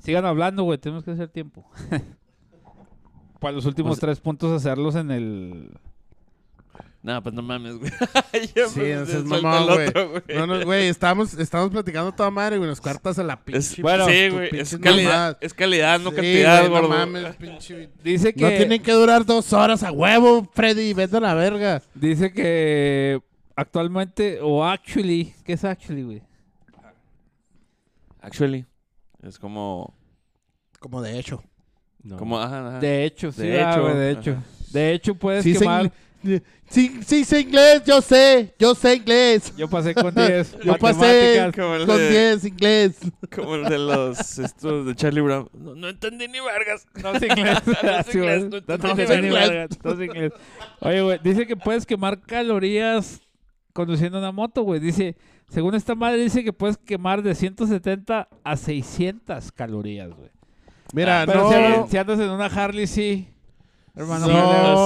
A: Sigan hablando, güey. Tenemos que hacer tiempo. Para los últimos
B: Pues-
A: tres puntos hacerlos en el...
B: No, pues no mames, güey.
C: Sí, no seas mamón, güey. No, no, güey, estamos, estamos platicando toda madre, güey. Nos cuartas a la pinche.
A: bueno,
B: sí,
C: tu
B: güey. Es
C: pinche
B: calidad,
C: mamada.
B: es calidad, no
C: Sí,
B: cantidad,
C: güey,
B: gordo.
C: No mames, pinche.
A: Dice que...
C: No tienen que durar dos horas a huevo, Freddy. Vete a la verga.
A: Dice que actualmente, o actually, ¿qué es actually, güey?
B: Actually, es como...
C: Como de hecho.
D: No.
B: como ajá, ajá.
A: De hecho, sí,
B: De
A: ah,
B: hecho,
A: güey, de
B: ajá.
A: hecho. De hecho, puedes
C: Sí sé,
A: quemar.
C: ingle- sí, sí sé inglés, yo sé, yo sé inglés.
A: Yo pasé con 10.
C: Yo pasé
A: matemáticas.
B: Pues Como el
C: con
B: de-
C: 10 inglés.
B: Como el de los estos de Charlie Brown. No, no entendí ni vergas.
A: No sé inglés.
B: No sé inglés,
A: Sí,
B: no
A: güey.
B: entendí
A: No
B: ni
A: sé ni
B: verga.
A: verga, no sé inglés. Oye, güey, dice que puedes quemar calorías conduciendo una moto, güey. Dice, según esta madre, dice que puedes quemar de 170 a 600 calorías, güey.
C: Mira,
B: Ah,
A: Pero
C: no.
A: si, andas- si andas en una Harley, sí. Hermano,
C: No,
A: por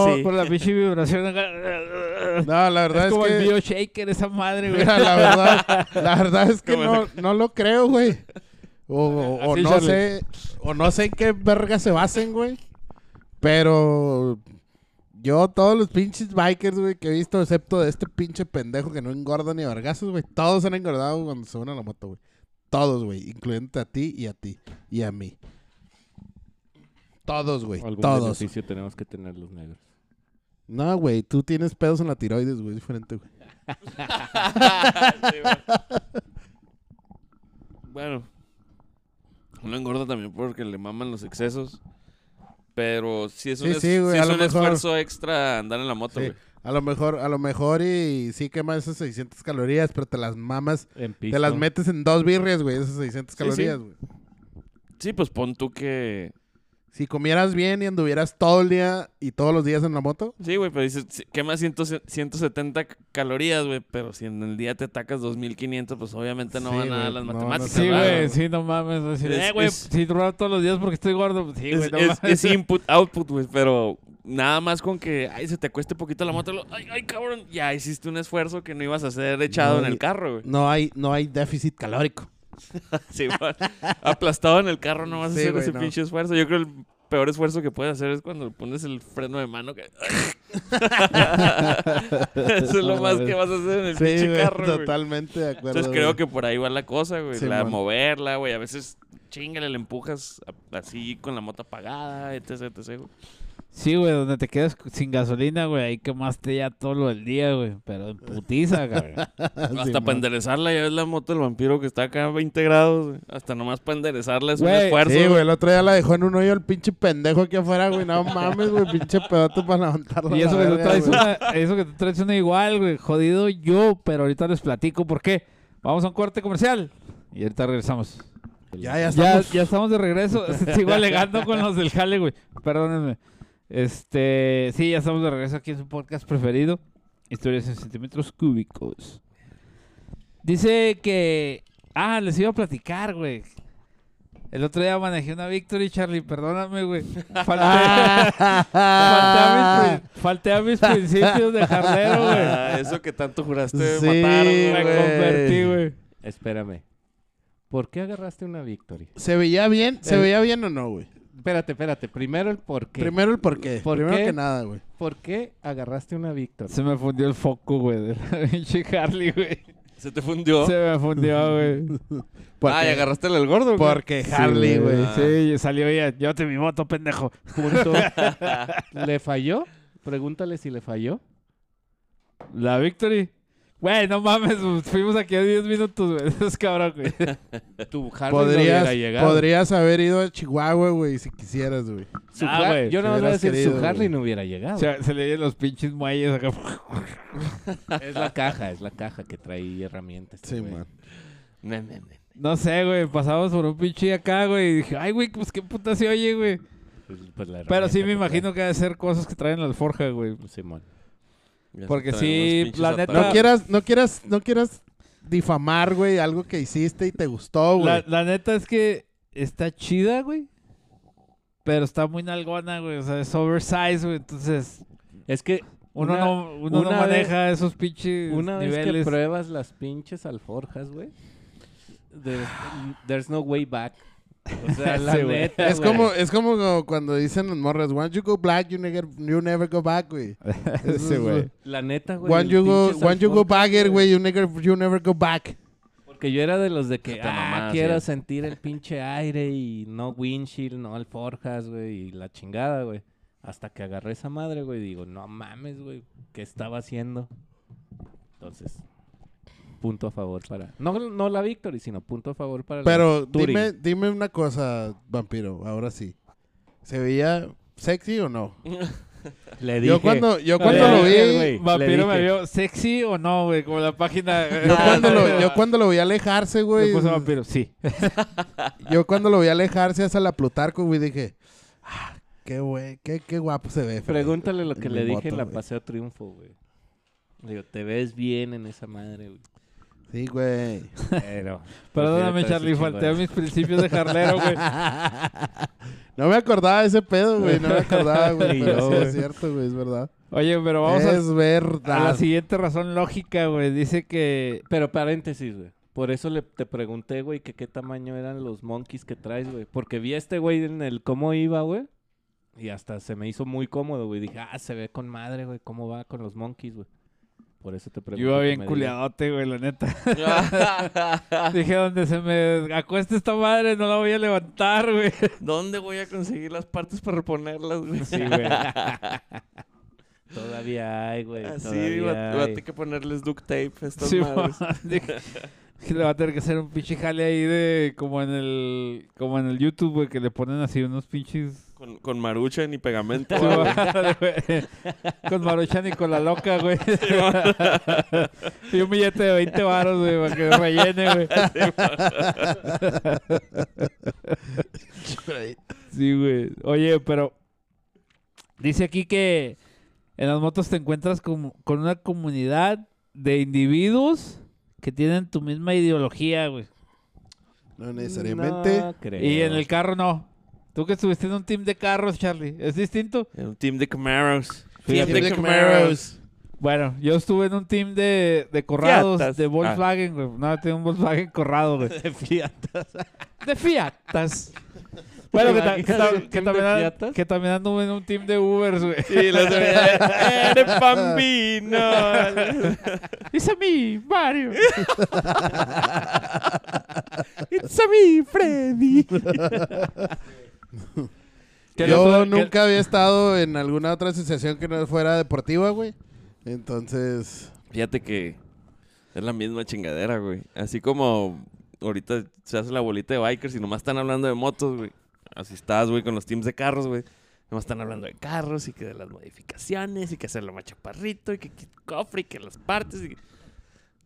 A: la-
B: sí.
A: por la pinche vibración.
C: No, la
A: Es
C: verdad es,
A: como el
C: que.
A: bio shaker, esa madre, güey.
C: Mira, la verdad, la verdad es que
B: Como
C: no, no lo creo, güey. O, o- o
A: Así,
C: no
A: Charlie.
C: sé, o no sé en qué verga se basen, güey. Pero yo todos los pinches bikers, güey, que he visto, excepto de este pinche pendejo que no engorda ni a vergazos, güey, todos han engordado cuando se suben a la moto, güey. Todos, güey, incluyendo a ti y a ti y a mí. Todos, güey,
D: Algún
C: todos.
D: beneficio tenemos que tener los negros.
C: No, güey, tú tienes pedos en la tiroides, güey, es diferente, güey.
B: Bueno. Uno engorda también porque le maman los excesos. Pero sí es un,
C: Sí,
B: es-
C: sí, güey,
B: sí es
C: a lo
B: un
C: mejor.
B: esfuerzo extra andar en la moto,
C: Sí.
B: güey.
C: A lo mejor, a lo mejor y sí quemas esas 600 calorías, pero te las mamas,
D: En
C: te las
D: pisto.
C: metes en dos birrias, güey, esas 600
B: Sí,
C: calorías,
B: sí.
C: güey.
B: Sí. pues pon tú que.
C: Si comieras bien y anduvieras todo el día y todos los días en la moto,
B: Sí, güey, pero dices, sí, quemas 100 170 c- calorías, güey. Pero si en el día te atacas 2500, pues obviamente no
C: Sí,
B: van a dar
C: güey,
B: las
C: no, no
B: matemáticas.
C: se
A: Sí,
C: va,
B: ¿verdad?
A: güey,
C: güey.
A: sí, no mames. güey, sí,
B: Es-
A: eh, güey,
B: es-
A: sí, trabajo todos los días porque estoy gordo. Sí, güey,
B: Es,
A: no
B: es-
A: mames.
B: es input, output, güey. Pero nada más con que ay, se te acueste poquito la moto. y luego, Ay, ay, cabrón. Ya hiciste un esfuerzo que no ibas a hacer echado
C: No,
B: en
C: y-
B: el carro, güey.
C: no hay, no hay déficit calórico.
B: Sí, güey. aplastado en el carro no vas a
C: Sí,
B: hacer
C: güey,
B: ese
C: no.
B: pinche esfuerzo. Yo creo el peor esfuerzo que puedes hacer es cuando pones el freno de mano. Que... Eso es lo más que vas a hacer en el pinche
C: güey,
B: carro, güey.
C: totalmente de acuerdo.
B: Entonces creo que por ahí va la cosa, güey.
C: Sí,
B: la
C: man.
B: moverla, güey. A veces chingale, le empujas a- así con la moto apagada, etc, etc, güey.
A: Sí, güey, donde te quedas cu- sin gasolina, güey, ahí quemaste ya todo lo del día, güey. Pero en putiza, cabrón.
B: Hasta para enderezarla, ya ves la moto del vampiro que está acá a 20 grados, güey. Hasta nomás para enderezarla es un
A: Güey,
B: esfuerzo.
C: Sí,
B: güey.
C: güey, el otro día la dejó en un hoyo el pinche pendejo aquí afuera, güey. No mames, güey, pinche pedote para levantarla.
A: Y
C: a la
A: eso que, tú
C: verga,
A: traes
C: güey.
A: una, eso que tú traes una igual, güey. Jodido yo, pero ahorita les platico por qué. Vamos a un corte comercial y ahorita regresamos.
C: Ya,
A: Ya,
C: ya estamos.
A: ya estamos de regreso. Sigo alegando con los del jale, güey. Perdónenme. Este, sí, ya estamos de regreso aquí en su podcast preferido. Historias en centímetros cúbicos. Dice que... Ah, les iba a platicar, güey. El otro día manejé una Victory, Charlie. Perdóname, güey. Falté,
C: Ah.
A: falté a, mis, prin- falté a mis principios de jarlero, güey.
B: Ah, eso que tanto juraste de
C: Sí,
B: matar, güey.
A: Me
C: güey.
A: convertí, güey.
D: Espérame. ¿Por qué agarraste una victoria?
C: ¿Se veía bien? ¿Se
D: Eh.
C: veía bien o no, güey?
D: Espérate, espérate. Primero el por qué.
C: Primero el porqué.
D: ¿Por
C: Primero
D: qué?
C: que nada, güey.
D: ¿Por qué agarraste una victoria?
A: Se me fundió el foco, güey, de la pinche Harley, güey.
B: Se te fundió.
A: Se me fundió, güey.
B: Ah, y
C: Porque-
B: agarraste el gordo, güey.
C: Porque Harley,
A: Sí,
C: güey.
B: Ah.
A: Sí, salió ella. Llévate mi moto, pendejo.
D: Punto. ¿Le falló? Pregúntale si le falló.
A: La Victory. Güey, no mames. pues, Fuimos aquí a 10 minutos, güey. Es cabrón, güey.
D: Tu Harley no
C: Podrías,
D: hubiera llegado.
C: podrías haber ido a Chihuahua, güey, si quisieras, güey.
D: Su
A: Ah,
D: Har-
A: güey,
D: Yo
C: si
D: no voy a
C: hubieras
D: decir
C: querido,
D: su Harley
C: güey.
D: no hubiera llegado.
A: Se, se le oyen los pinches muelles acá.
D: es la caja, es la caja que trae herramientas.
C: Sí,
D: güey.
C: man.
B: Ne, ne, ne.
A: No sé, güey. Pasamos por un pinche acá, güey. Y dije, ay, güey, pues qué puta se oye, güey.
D: Pues- pues la
A: Pero sí
D: herramienta
A: me
D: que
A: imagino que ha de ser cosas que traen la alforja, güey.
D: trae. Simón.
B: Ya se
A: Porque
B: traen
A: sí,
B: unos pinches
A: la neta-
B: ataques.
C: No quieras, no quieras, no quieras difamar, güey, algo que hiciste y te gustó, güey.
A: La, la neta es que está chida, güey. Pero está muy nalgona, güey. O sea, es oversize, güey. Entonces,
D: Es que
A: uno
D: Una-
A: no, uno no
D: una vez-
A: maneja esos pinches
D: Una vez
A: niveles.
D: que pruebas las pinches alforjas, güey. There's, there's no way back. O sea, la
A: Sí, güey.
D: neta,
C: Es
D: güey.
C: como, es como cuando dicen los morras, once you go black, you never, you never go back, güey.
A: Sí, güey.
D: La neta, güey.
C: One
D: las
C: you go,
D: pinches
C: one you go
D: alforjas,
C: bagger, güey, you never, you never go back.
D: Porque yo era de los de que,
B: Te
D: ah,
B: mamás,
D: quiero
B: ya".
D: sentir el pinche aire y no windshield, no alforjas, güey, y la chingada, güey. Hasta que agarré esa madre, güey, y digo, no mames, güey, ¿qué estaba haciendo? Entonces, punto a favor para... No, no la victory, sino punto a favor para la
C: Pero
D: Touring.
C: dime, dime una cosa, vampiro, ahora sí. ¿Se veía sexy o no?
D: Le
C: Yo cuando, yo cuando
A: Le
C: lo
D: dije,
C: vi,
D: güey.
A: Vampiro me
D: dije.
A: vio sexy o no, güey, como la página. eh, ah,
C: yo cuando lo, yo cuando lo vi alejarse, güey.
A: Le puse vampiro, sí.
C: Yo cuando lo vi alejarse hacia la Plutarco, güey, dije, "Ah, qué güey, qué, qué guapo se ve. Fer".
D: Pregúntale lo que
C: En
D: le
C: mi
D: dije
C: moto,
D: en la
C: güey.
D: Paseo Triunfo, güey. Le digo, te ves bien en esa madre, güey.
C: Sí, güey.
D: Pero...
A: Perdóname, Charlie, falté a mis principios de jarlero, güey.
C: No me acordaba de ese pedo, güey. No me acordaba, güey.
D: Ni
C: pero
D: yo,
C: sí es
D: güey.
C: cierto, güey, es verdad.
A: Oye, pero vamos a-
C: es
A: a, la
C: verdad.
A: siguiente razón lógica, güey. Dice que
D: Pero paréntesis, güey. Por eso le, te pregunté, güey, que qué tamaño eran los monkeys que traes, güey. Porque vi a este güey en el cómo iba, güey. Y hasta se me hizo muy cómodo, güey. Dije, ah, se ve con madre, güey. ¿Cómo va con los monkeys, güey? Por eso te pregunté.
A: yo iba
D: que
A: bien
D: me
A: culiadote, güey, la neta. Dije, donde se me acueste esta madre, no la voy a levantar, güey.
B: ¿Dónde voy a conseguir las partes para reponerlas, güey?
D: digas. Sí, güey. Todavía hay, güey.
B: Así, voy a,
D: todavía
B: voy a
D: hay.
B: tener que ponerles duct tape a estas
A: Sí,
B: madres.
A: mamá. Dije, dije, le va a tener que hacer un pinche jale ahí de como en el como en el YouTube, güey, que le ponen así unos pinches
B: Con, con maruchan y pegamento.
A: Sí,
B: güey.
A: ándale, güey. con Maruchan y con la loca, güey. y un billete de 20 varos, güey, para que rellene, güey. Sí, güey. Oye, pero dice aquí que en las motos te encuentras con, con una comunidad de individuos que tienen tu misma ideología, güey.
C: No necesariamente.
D: No creo.
A: Y en el carro no. Tú que estuviste en un team de carros, Charlie, ¿es distinto?
B: Era Un team de Camaros.
C: Team
B: Team de
C: de
B: Camaros.
A: Bueno, yo estuve en un team de, de corrados
B: Fiatas.
A: de Volkswagen, güey. No, tengo un Volkswagen corrado, güey.
D: De Fiat.
A: De Fiatas. Bueno, que, ta- que ta-
D: ¿Te
A: que
D: imaginas un team de
A: también, an-
D: Fiatas?
A: que también anduve en un team de Ubers, güey.
B: Sí, los de... ¡Eres bambino!
A: It's a me, Mario.
B: ¡It's a me, Freddy!
A: Que
C: yo
A: no tuve- que-
C: nunca había estado en alguna otra asociación que no fuera deportiva, güey. Entonces,
B: Fíjate que es la misma chingadera, güey. Así como ahorita se hace la bolita de bikers y nomás están hablando de motos, güey. Así estás, güey, con los teams de carros, güey. Nomás están hablando de carros y que de las modificaciones y que hacerlo más chaparrito y que kit cofre y que las partes y...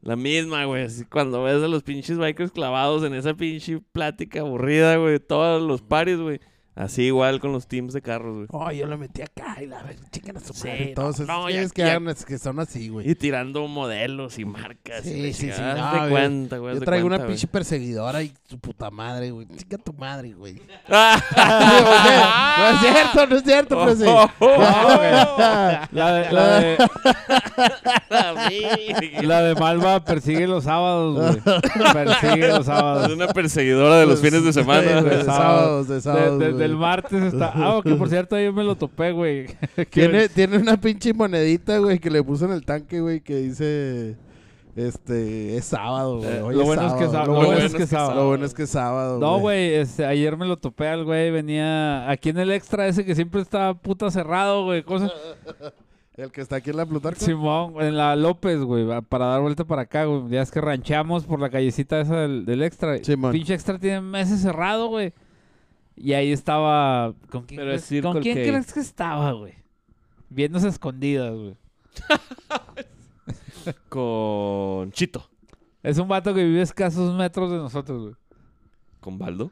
B: La misma, güey. Así cuando ves a los pinches bikers clavados en esa pinche plática aburrida, güey. de Todos los pares, güey. Así igual con los teams de carros, güey.
C: oh, yo lo metí acá y la chiquen a su
B: Sí,
C: madre.
B: no,
C: Entonces,
B: no, ya-
C: es que,
B: ya-
C: hagan es que son así, güey.
B: Y tirando modelos y marcas.
C: Sí,
B: y la
C: sí, sí,
B: chingada.
C: no,
B: Haz de
C: güey.
B: cuenta,
A: Pues,
B: güey. haz
C: Yo
B: de
C: traigo una
B: cuenta, güey.
C: pinche perseguidora y su puta madre, güey. Chica tu madre, güey. O sea, no es
B: Ah.
C: cierto, no es cierto, pero
A: Oh,
C: sí.
B: Oh.
A: No, güey. La de, la de- la de Malva persigue los sábados, güey. Persigue los
B: Es
A: sábados.
B: una perseguidora de los fines de
C: Pues Sí,
B: semana.
C: güey,
A: De
C: De sábados, de
A: De-
C: sábados.
A: de-
C: güey.
A: del martes está. Ah, que por cierto, yo me lo topé, güey. Que-
C: Tiene, tiene una pinche monedita, güey, que le puso en el tanque, güey, que dice. Este, es sábado, güey.
B: Eh,
C: Hoy
A: lo
C: es
A: bueno es
C: sábado.
A: que es sábado.
C: Lo bueno es que es
A: sábado.
C: Lo bueno es que es sábado,
A: No, güey, este, ayer me lo topé al güey, venía aquí en el extra ese que siempre está puta cerrado, güey, cosa.
C: El que está aquí en la Plutarco.
A: Simón, en la López, güey, va- para dar vuelta para acá, güey. Ya es que ranchamos por la callecita esa del, del extra.
C: Simón.
A: Pinche extra tiene meses cerrado, güey. Y ahí estaba. ¿Con quién,
D: Pero es
A: crees, con
D: Circle
A: quién
D: K.
A: crees que estaba, güey? Viéndose escondidas, güey.
B: Con Chito.
A: Es un vato que vive a escasos metros de nosotros, güey.
B: Con Baldo.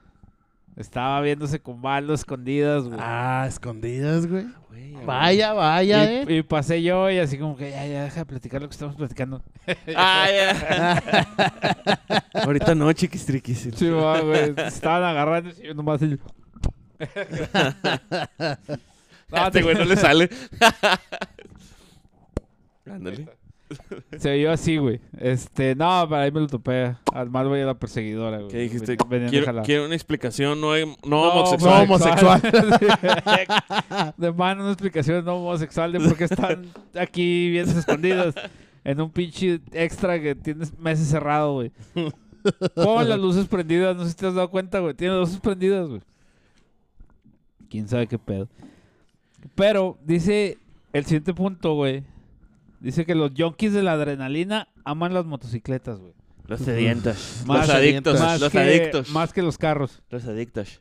A: Estaba viéndose con baldo escondidas, güey.
C: Ah, escondidas, güey.
B: Vaya.
C: Vaya, vaya, eh.
A: y, y pasé yo y así como que ya, ya, deja de platicar lo que estamos platicando.
B: Ahorita no, chiquis triquis.
A: Sí, va, güey. Estaban agarrando y yo nomás. así.
B: Ah, este güey no le sale. Ándale.
A: Se oyó así, güey. Este, no, para ahí me lo topé. Al mal voy a la perseguidora, güey.
B: ¿Qué dijiste?
A: Ven- venían de
B: Quiero,
A: jalar.
B: quiero una explicación no, hem- no
A: No,
B: homosexual.
C: no homosexual.
A: Sí. de mano, una explicación no homosexual de por qué están aquí bien escondidas en un pinche extra que tienes meses cerrado, güey. Con las luces prendidas, no sé si te has dado cuenta, güey. Tiene las luces prendidas, güey. Quién sabe qué pedo. Pero dice el siguiente punto, güey. Dice que los yonkis de la adrenalina aman las motocicletas, güey.
B: Los sedientos.
A: Más
B: los adictos.
C: sedientos.
B: Los
A: que,
B: adictos.
A: Más que los carros.
B: Los adictos.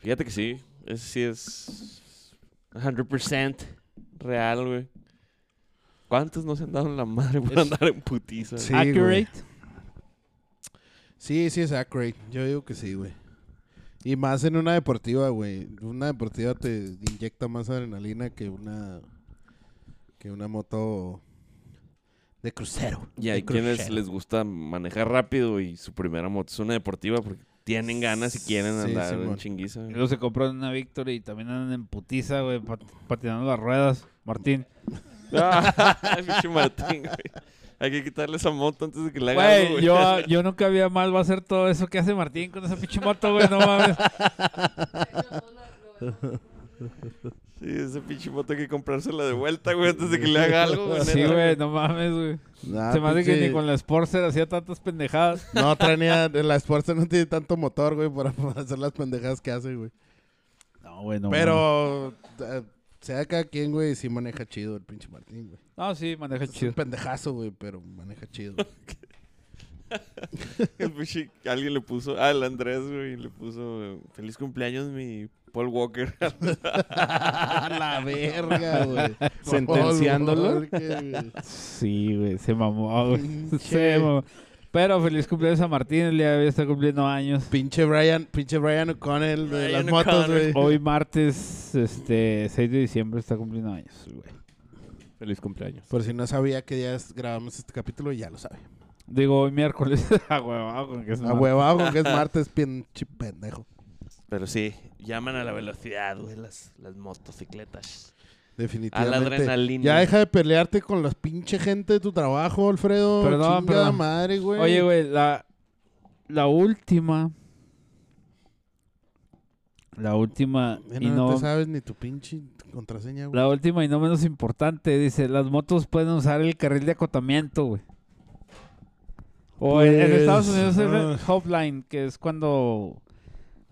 B: Fíjate que sí. Ese sí es 100% real, güey. ¿Cuántos no se han dado en la madre por andar en putiza?
C: Sí, güey.
A: Accurate.
C: Sí, sí es accurate. Yo digo que sí, güey. Y más en una deportiva, güey. Una deportiva te inyecta más adrenalina que una que una moto de crucero.
B: Y hay quienes les gusta manejar rápido y su primera moto es una deportiva porque tienen ganas y quieren
C: Sí,
B: andar en
C: Simón.
B: chinguiza. güey.
A: Y luego se compró una Victory y también andan en putiza, güey, pat- patinando las ruedas. Martín.
B: Ay, pinche Martín, güey. Hay que quitarle esa moto antes de que la haga algo,
A: Güey,
B: güey.
A: yo, yo nunca había mal va a hacer todo eso que hace Martín con esa pinche moto, güey, no mames.
B: Sí, esa pinche moto hay que comprársela de vuelta, güey, antes de que le haga algo, güey.
A: Sí,
B: neta,
A: güey, no mames, güey.
C: Nah,
A: Se me hace que
C: Ah, pinche-
A: ni con la Sportster hacía tantas pendejadas.
C: No, traía la Sportster no tiene tanto motor, güey, para para hacer las pendejadas que hace, güey.
A: No, güey, no
C: Pero eh, sea cada quien, güey, sí maneja chido el pinche Martín, güey.
A: No, sí, maneja
C: Es un
A: chido.
C: pendejazo, güey, pero maneja chido.
B: El pinche- alguien le puso, ah, el Andrés, güey, le puso, feliz cumpleaños mi Paul Walker.
C: A la verga, güey.
D: Sentenciándolo.
C: Por favor,
A: Sí, güey, se mamó, ah, güey.
C: güey.
A: Se mamó. Pero feliz cumpleaños a Martín, el día de hoy está cumpliendo años.
C: Pinche Brian, pinche Brian O'Connell de
B: Brian
C: las motos,
B: O'Connell.
C: güey.
A: Hoy martes, este, 6 de diciembre está cumpliendo años, güey.
D: Feliz cumpleaños.
C: Por si no sabía que ya es- grabamos este capítulo, ya lo sabe.
A: Digo, hoy miércoles, Ah, a huevo, con que es
C: A
A: martes.
C: huevado con que es martes, pinche pendejo.
B: Pero sí, llaman a la velocidad, güey, las, las motocicletas.
C: Definitivamente.
B: A la adrenalina.
C: Ya deja de pelearte con la pinche gente de tu trabajo, Alfredo.
A: Perdón,
C: Chingada
A: perdón.
C: madre, güey.
A: Oye, güey, la, la última. La última
C: Ya
A: y
C: no,
A: no,
C: te sabes ni tu pinche contraseña, güey.
A: la última y no menos importante, dice, las motos pueden usar el carril de acotamiento, güey. O en- en,
C: Pues,
A: Estados Unidos es el
C: ah.
A: hotline, que es cuando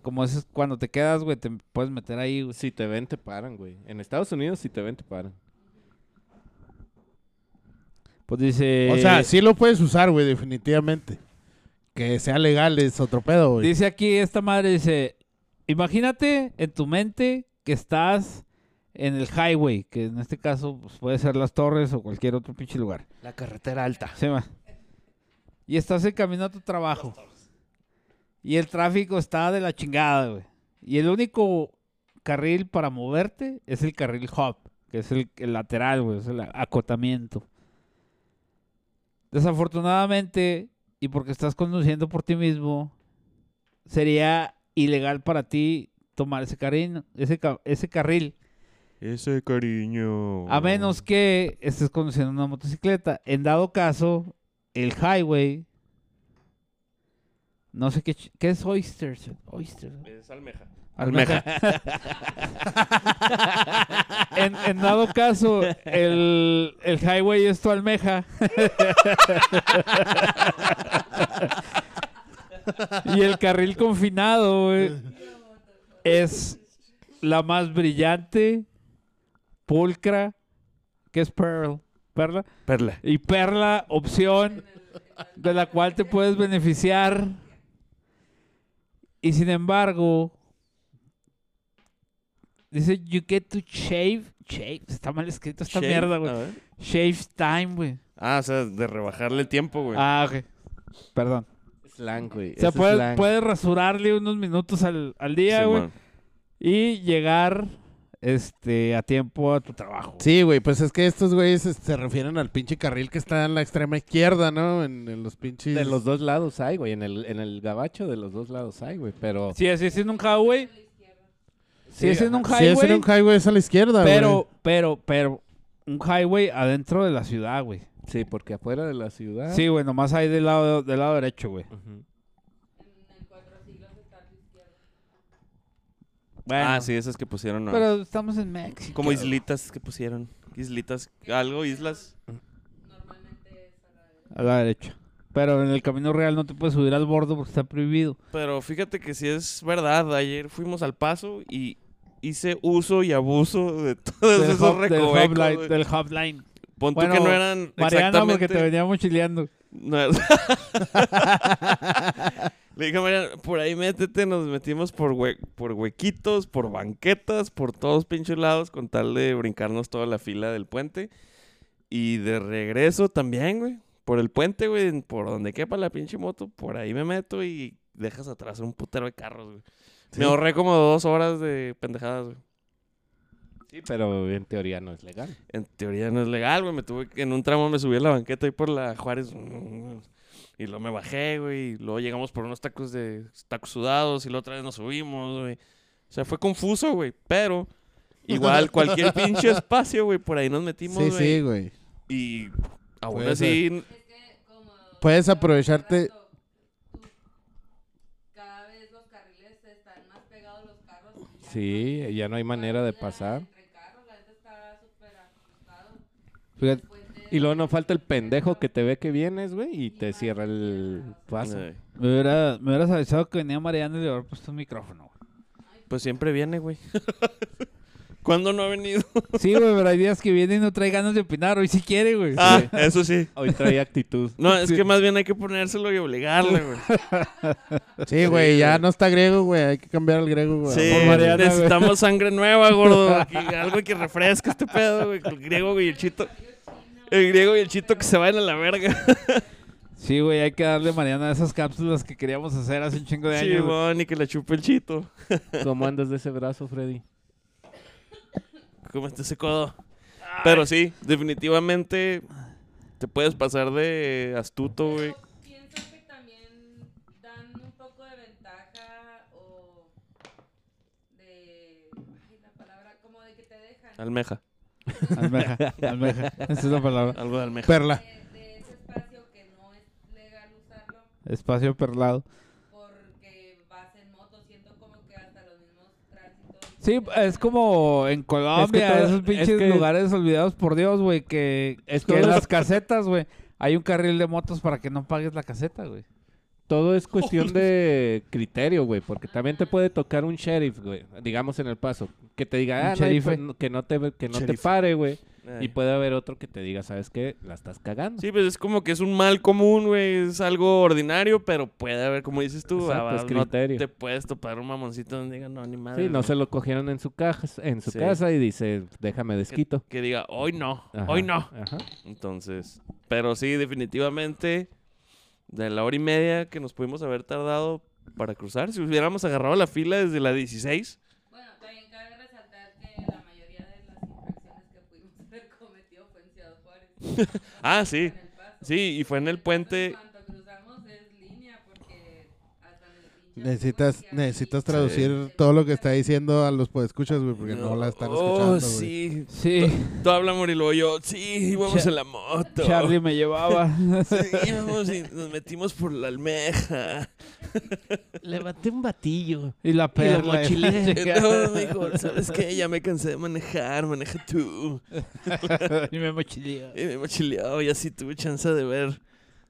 A: como es cuando te quedas, güey, te puedes meter ahí, güey.
D: Si te ven, te paran, güey. En Estados Unidos, si te ven, te paran.
A: Pues dice
C: O sea, sí lo puedes usar, güey, definitivamente. Que sea legal es otro pedo, güey.
A: Dice aquí esta madre, dice, imagínate en tu mente que estás en el highway, que en este caso pues, puede ser las torres o cualquier otro pinche lugar.
B: La carretera alta.
A: Se va. Y estás en camino a tu trabajo. Y el tráfico está de la chingada, güey. Y el único carril para moverte es el carril hop, que es el, el lateral, güey, es el a- acotamiento. Desafortunadamente, y porque estás conduciendo por ti mismo, sería ilegal para ti tomar ese carril, ese, ca- ese carril.
B: Ese cariño.
A: A menos que estés conduciendo una motocicleta. En dado caso, el highway. No sé qué. ch- ¿Qué es oysters? Oysters. ¿no?
B: Es almeja.
A: Almeja. en, en dado caso, el, el highway es tu almeja. y el carril confinado, güey, es la más brillante, pulcra, que es Pearl. Perla.
B: Perla.
A: Y Perla, opción de la cual te puedes beneficiar. Y sin embargo, dice, you get to shave. Shave. Está mal escrito esta
B: Shave,
A: mierda, güey.
B: a ver.
A: Shave time, güey.
B: Ah, o sea, de rebajarle el tiempo, güey.
A: Ah, ok. Perdón.
D: Slang, güey.
A: O sea,
D: Ese
A: puedes,
D: slang.
A: puedes rasurarle unos minutos al, al día, güey.
B: Simón.
A: Y llegar este, a tiempo a tu trabajo.
C: Sí, güey, pues es que estos güeyes es- se refieren al pinche carril que está en la extrema izquierda, ¿no? En, en los pinches...
D: De los dos lados hay, güey. En el, en el gabacho de los dos lados hay, güey. Pero
A: Si es, si es en un highway. Si es en un
C: Si
A: highway.
C: es en un highway es a la izquierda, güey.
A: Pero, pero, pero, un highway adentro de la ciudad, güey.
D: sí, porque afuera de la ciudad.
A: Sí, güey, nomás ahí del lado, del lado derecho, güey.
D: Ujú.
A: Bueno,
B: Ah, sí, esas que pusieron. ¿no?
A: Pero estamos en México.
B: Como islitas que pusieron. Islitas, algo, islas.
A: A la derecha. Pero en el camino real no te puedes subir al bordo porque está prohibido.
B: Pero fíjate que si es verdad, ayer fuimos al paso y hice uso y abuso de todos esos
A: hub- del
B: recovecos.
A: hub line.
B: güey.
A: Del hub line.
B: Pon tú
A: Bueno,
B: que no eran
A: Mariana,
B: exactamente...
A: porque te venía mochileando.
B: no era- Le dije, Mariana, por ahí métete, nos metimos por, hue- por huequitos, por banquetas, por todos pinches lados, con tal de brincarnos toda la fila del puente. Y de regreso también, güey, por el puente, güey, en- por donde quepa la pinche moto, por ahí me meto y dejas atrás un putero de carros, güey.
C: Sí.
B: Me ahorré como dos horas de pendejadas, güey.
D: Sí, pero en teoría no es legal.
B: En teoría no es legal, güey. Me tuve que- en un tramo me subí a la banqueta ahí por la Juárez. Y luego me bajé, güey. Y luego llegamos por unos tacos de tacos sudados y la otra vez nos subimos, güey. O sea, fue confuso, güey. Pero igual cualquier pinche espacio, güey, por ahí nos metimos,
C: Sí,
B: güey.
C: sí, güey.
B: Y aún
C: Puede
B: así,
E: Es que como...
C: Puedes
E: hace
C: aprovecharte-
E: rato, tú- Cada vez los carriles están más pegados los carros. y ya
D: Sí, ya no hay manera de
E: fila
D: pasar.
E: entre carros, la gente está súper ajustada.
A: Fíjate,
E: Puente-
D: Y luego no falta el pendejo que te ve que vienes, güey, y te cierra el paso.
B: eh,
A: me, hubiera, me hubieras avisado que venía Mariana y le hubiera puesto un micrófono, güey.
B: pues siempre viene, güey. ¿Cuándo no ha venido?
A: Sí, güey, pero hay días que viene y no trae ganas de opinar. Hoy sí quiere, güey.
B: Ah, eso sí.
D: Hoy trae actitud.
B: No, es
A: Sí.
B: que más bien hay que ponérselo y obligarle, güey.
C: Sí, güey, ya
B: güey.
C: no está griego, güey. Hay que cambiar al griego, güey.
B: Sí,
A: Por Mariana, güey.
B: necesitamos sangre nueva, gordo. aquí, algo que refresque este pedo, güey. El griego y el chito. El griego y el chito que se vayan a la verga.
A: Sí, güey, hay que darle Mariana esas cápsulas que queríamos hacer hace un chingo de años. güey.
B: Chimón, y que la chupe el chito.
D: ¿Cómo andas de ese brazo, Freddy?
B: ¿Cómo está ese codo? Pero sí, definitivamente te puedes pasar de astuto, güey.
E: Pero Pienso que también dan un poco de ventaja o de. Ay, la palabra. Como de que te dejan.
B: Almeja,
A: Almeja, almeja. Esa es la palabra.
B: algo de
D: Pues,
B: almeja.
C: Perla.
E: De, de ese espacio que no es legal usarlo
A: Espacio perlado.
E: porque vas en moto. Siento como que hasta los mismos tránsitos.
A: Sí, es como en Colombia,
D: todo-
A: esos pinches
D: es que-
A: lugares olvidados por Dios, güey, que,
D: Es
A: que
D: todo-
A: en las casetas, güey, hay un carril de motos para que no pagues la caseta, güey.
D: Todo es cuestión de criterio, güey, porque también te puede tocar un sheriff, güey, digamos en el paso, que te
A: Un
D: diga, ah, no hay
A: sherife.
D: pe- que no te ve- que no te
B: Sherife.
D: pare, güey, y pues-
B: Eh.
D: puede haber otro que te diga, ¿sabes qué? La estás cagando.
B: Sí, pues es como que es un mal común, güey. Es algo ordinario, pero puede haber, como dices tú,
D: Exacto,
B: ah,
D: es
B: no
D: criterio.
B: te puedes topar un mamoncito donde digan, no, ni madre.
D: Sí, no
B: güey.
D: se lo cogieron en su caja, en su
B: Sí.
D: casa y dice, déjame
B: que,
D: desquito.
B: que diga, hoy no,
D: Ajá,
B: hoy no.
D: Ajá.
B: Entonces, pero sí, definitivamente, de la hora y media que nos pudimos haber tardado para cruzar, si hubiéramos agarrado la fila desde la 16,
E: Bueno, también cabe resaltar que la mayoría de las infracciones que pudimos haber cometido fue en Ciudad Juárez.
B: Ah, sí.
E: En El Paso.
B: sí, y fue en el
E: Paso,
B: puente.
E: cuando cruzamos es línea, porque hasta en el pinche
C: Necesitas,
E: puente
C: necesitas
E: aquí-
C: traducir todo lo que está diciendo a los podescuchas, güey, porque no, la están escuchando,
B: Oh,
C: güey.
B: sí.
A: Sí,
B: Tú habla Murilo, yo, sí, íbamos
A: Cha-
B: en la moto.
A: Charlie me llevaba.
B: Sí, íbamos y nos metimos por la almeja.
D: Le maté un batillo.
A: y la perla. y la chingada.
B: No, mijo, ¿sabes qué? Ya me cansé de manejar, maneja tú.
A: y me mochilía.
B: Y me mochileaba y así tuve chance de ver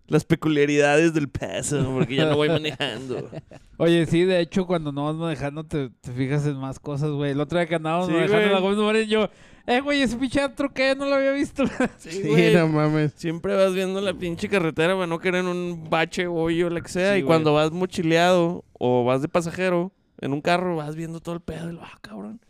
B: las peculiaridades del paso, porque ya no voy manejando.
A: Oye, sí, de hecho, cuando no vas manejando te, te fijas en más cosas, güey. El otro día que andábamos
B: Sí,
A: manejando
B: güey.
A: la Gómez Morín, yo, eh, güey, ese pinche antro que no lo había visto.
B: Sí,
C: Sí,
B: güey.
C: no mames.
B: Siempre vas viendo la pinche carretera para no querer un bache, hoyo, la que sea.
A: Sí,
B: y
A: güey.
B: cuando vas mochileado o vas de pasajero en un carro, vas viendo todo el pedo. Y lo, ah, cabrón.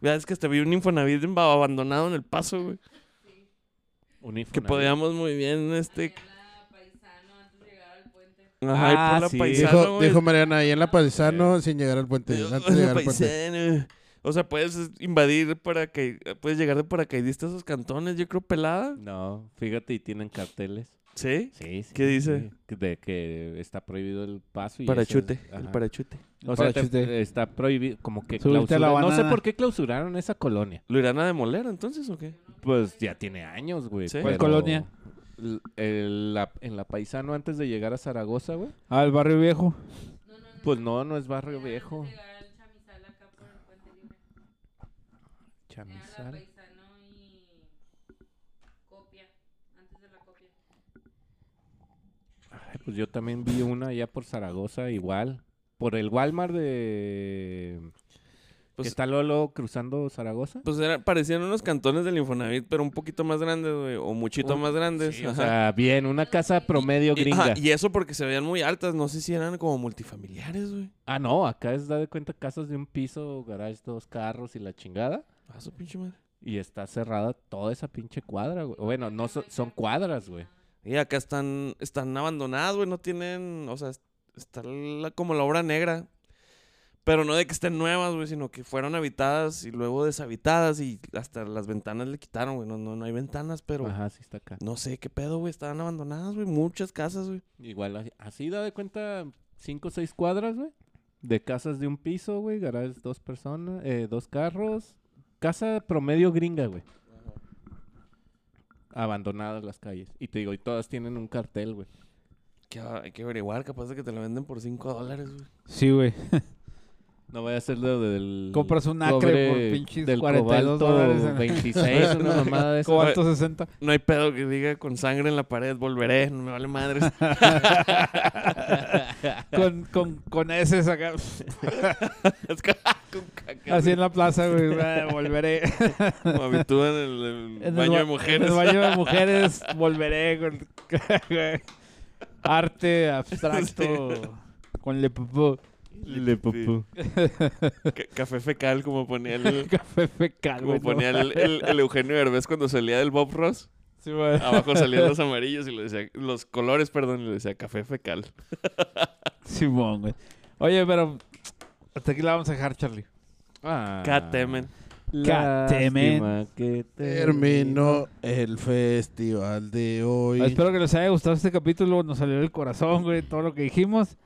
B: Ya es que hasta vi un Infonavit en- abandonado en el paso, güey. Que podíamos muy bien, este.
E: Mañana paisano antes de llegar al puente.
B: Ajá, y
D: Ah,
B: por la
D: sí.
B: paisano,
C: Dijo,
B: güey.
C: dijo Mariana, ahí en la paisano sin llegar al puente.
B: Dijo,
C: antes de llegar al puente.
B: paisano. O sea, puedes invadir para que. Puedes llegar de paracaidista a esos cantones, yo creo, pelada.
D: No, fíjate, y tienen carteles.
B: Sí.
D: Sí, sí.
B: ¿Qué dice?
D: sí, De que está prohibido el paso. Y eso es-
B: Parachute. El
D: ajá.
B: parachute.
D: O sea, te-
A: Parachute.
D: está prohibido, como que
A: Subirte a la
D: clausuraron. No sé
A: banana.
D: por qué clausuraron esa colonia.
B: ¿Lo irán a demoler entonces o qué?
D: Pues ya tiene años, güey.
B: Sí.
A: ¿Cuál
D: pero-
A: colonia?
D: L- el- la- en la Paisano, antes de llegar a Zaragoza, güey.
A: Al barrio viejo.
E: No, no, no.
D: Pues no, no es
E: Era
D: barrio
E: antes de
D: viejo.
E: Llegar al chamizal acá por el puente libre. Era la
D: Chamizal.
E: paisano y copia. Antes de la copia.
D: Ay, pues yo también vi una allá por Zaragoza, igual. Por el Walmart de...
B: Pues-
D: que está Lolo cruzando Zaragoza.
B: Pues era- parecían unos cantones del Infonavit, pero un poquito más grandes, güey, o muchito
D: Un-
B: más grandes.
D: o
B: ajá.
D: sea, Ah, bien, una casa promedio
B: Y-
D: gringa.
B: ajá, y eso porque se veían muy altas, no sé si eran como multifamiliares, güey.
D: Ah, no, acá es, da de cuenta, casas de un piso, garage, dos carros y la chingada.
B: A su pinche madre.
D: Y está cerrada toda esa pinche cuadra, güey. O Bueno, no so- son cuadras, güey.
B: Y acá están, están abandonadas, güey, no tienen, o sea, es- está la- como la obra negra. Pero no de que estén nuevas, güey, sino que fueron habitadas y luego deshabitadas y hasta las ventanas le quitaron, güey. No, no, no hay ventanas, pero
D: Ajá, sí está acá.
B: no sé qué pedo, güey. Estaban abandonadas, güey. Muchas casas, güey.
D: Igual, así- así da de cuenta cinco o seis cuadras, güey. De casas de un piso, güey. Garage, dos personas, eh, dos carros. Casa promedio gringa, güey. Abandonadas las calles. Y te digo, y todas tienen un cartel, güey.
B: Que ah, hay que averiguar, capaz de que te la venden por 5 dólares, güey.
A: Sí, güey.
D: No vaya a ser lo del...
A: Compras un acre
D: cobre
A: por pinches
D: del
A: 42
D: cobalto
A: dólares en-
D: 26, una mamada de esas.
A: Cobalto 60.
B: No hay pedo que diga con sangre en la pared, volveré, no me vale madres.
A: Con, con, con ese saca-
B: Es que- ah, con caca,
A: Así en la plaza, güey. Ah, Volveré.
B: como habitúan el, el
A: En el
B: baño
A: ba-
B: de mujeres.
A: En el baño de mujeres volveré con arte abstracto. Con le pupú.
B: Le pupú. Ca- Café fecal, como ponía el,
A: Café fecal,
B: como
A: Ah, güey.
B: ponía
A: no
B: el, el- el Eugenio Derbez cuando salía del Bob Ross.
A: Sí, güey.
B: Abajo salían los amarillos y le decía, los colores, perdón, y le decía café fecal.
A: Simón, güey. Oye, pero hasta aquí la vamos a dejar, Charlie.
D: Ah,
B: Catemen.
A: Catemen.
D: lástima que
C: Terminó el festival de hoy.
A: Espero que les haya gustado este capítulo. Nos salió del corazón, güey, todo lo que dijimos.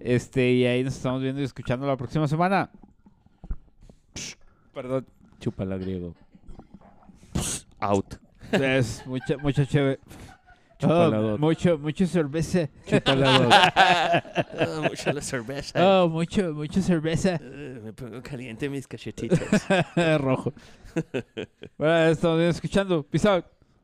A: Este, y ahí nos estamos viendo y escuchando la próxima semana. Perdón.
D: Chúpala, griego.
B: Out.
A: Es mucha, mucha chévere.
D: Chupalador.
A: Oh, mucho, mucho cerveza.
D: Chúpala, güey.
B: Ah, mucha la cerveza.
A: Oh, mucho, mucho cerveza.
B: Ah, me pongo caliente mis cachetitos.
A: Rojo. bueno, estamos viendo y escuchando. Peace out.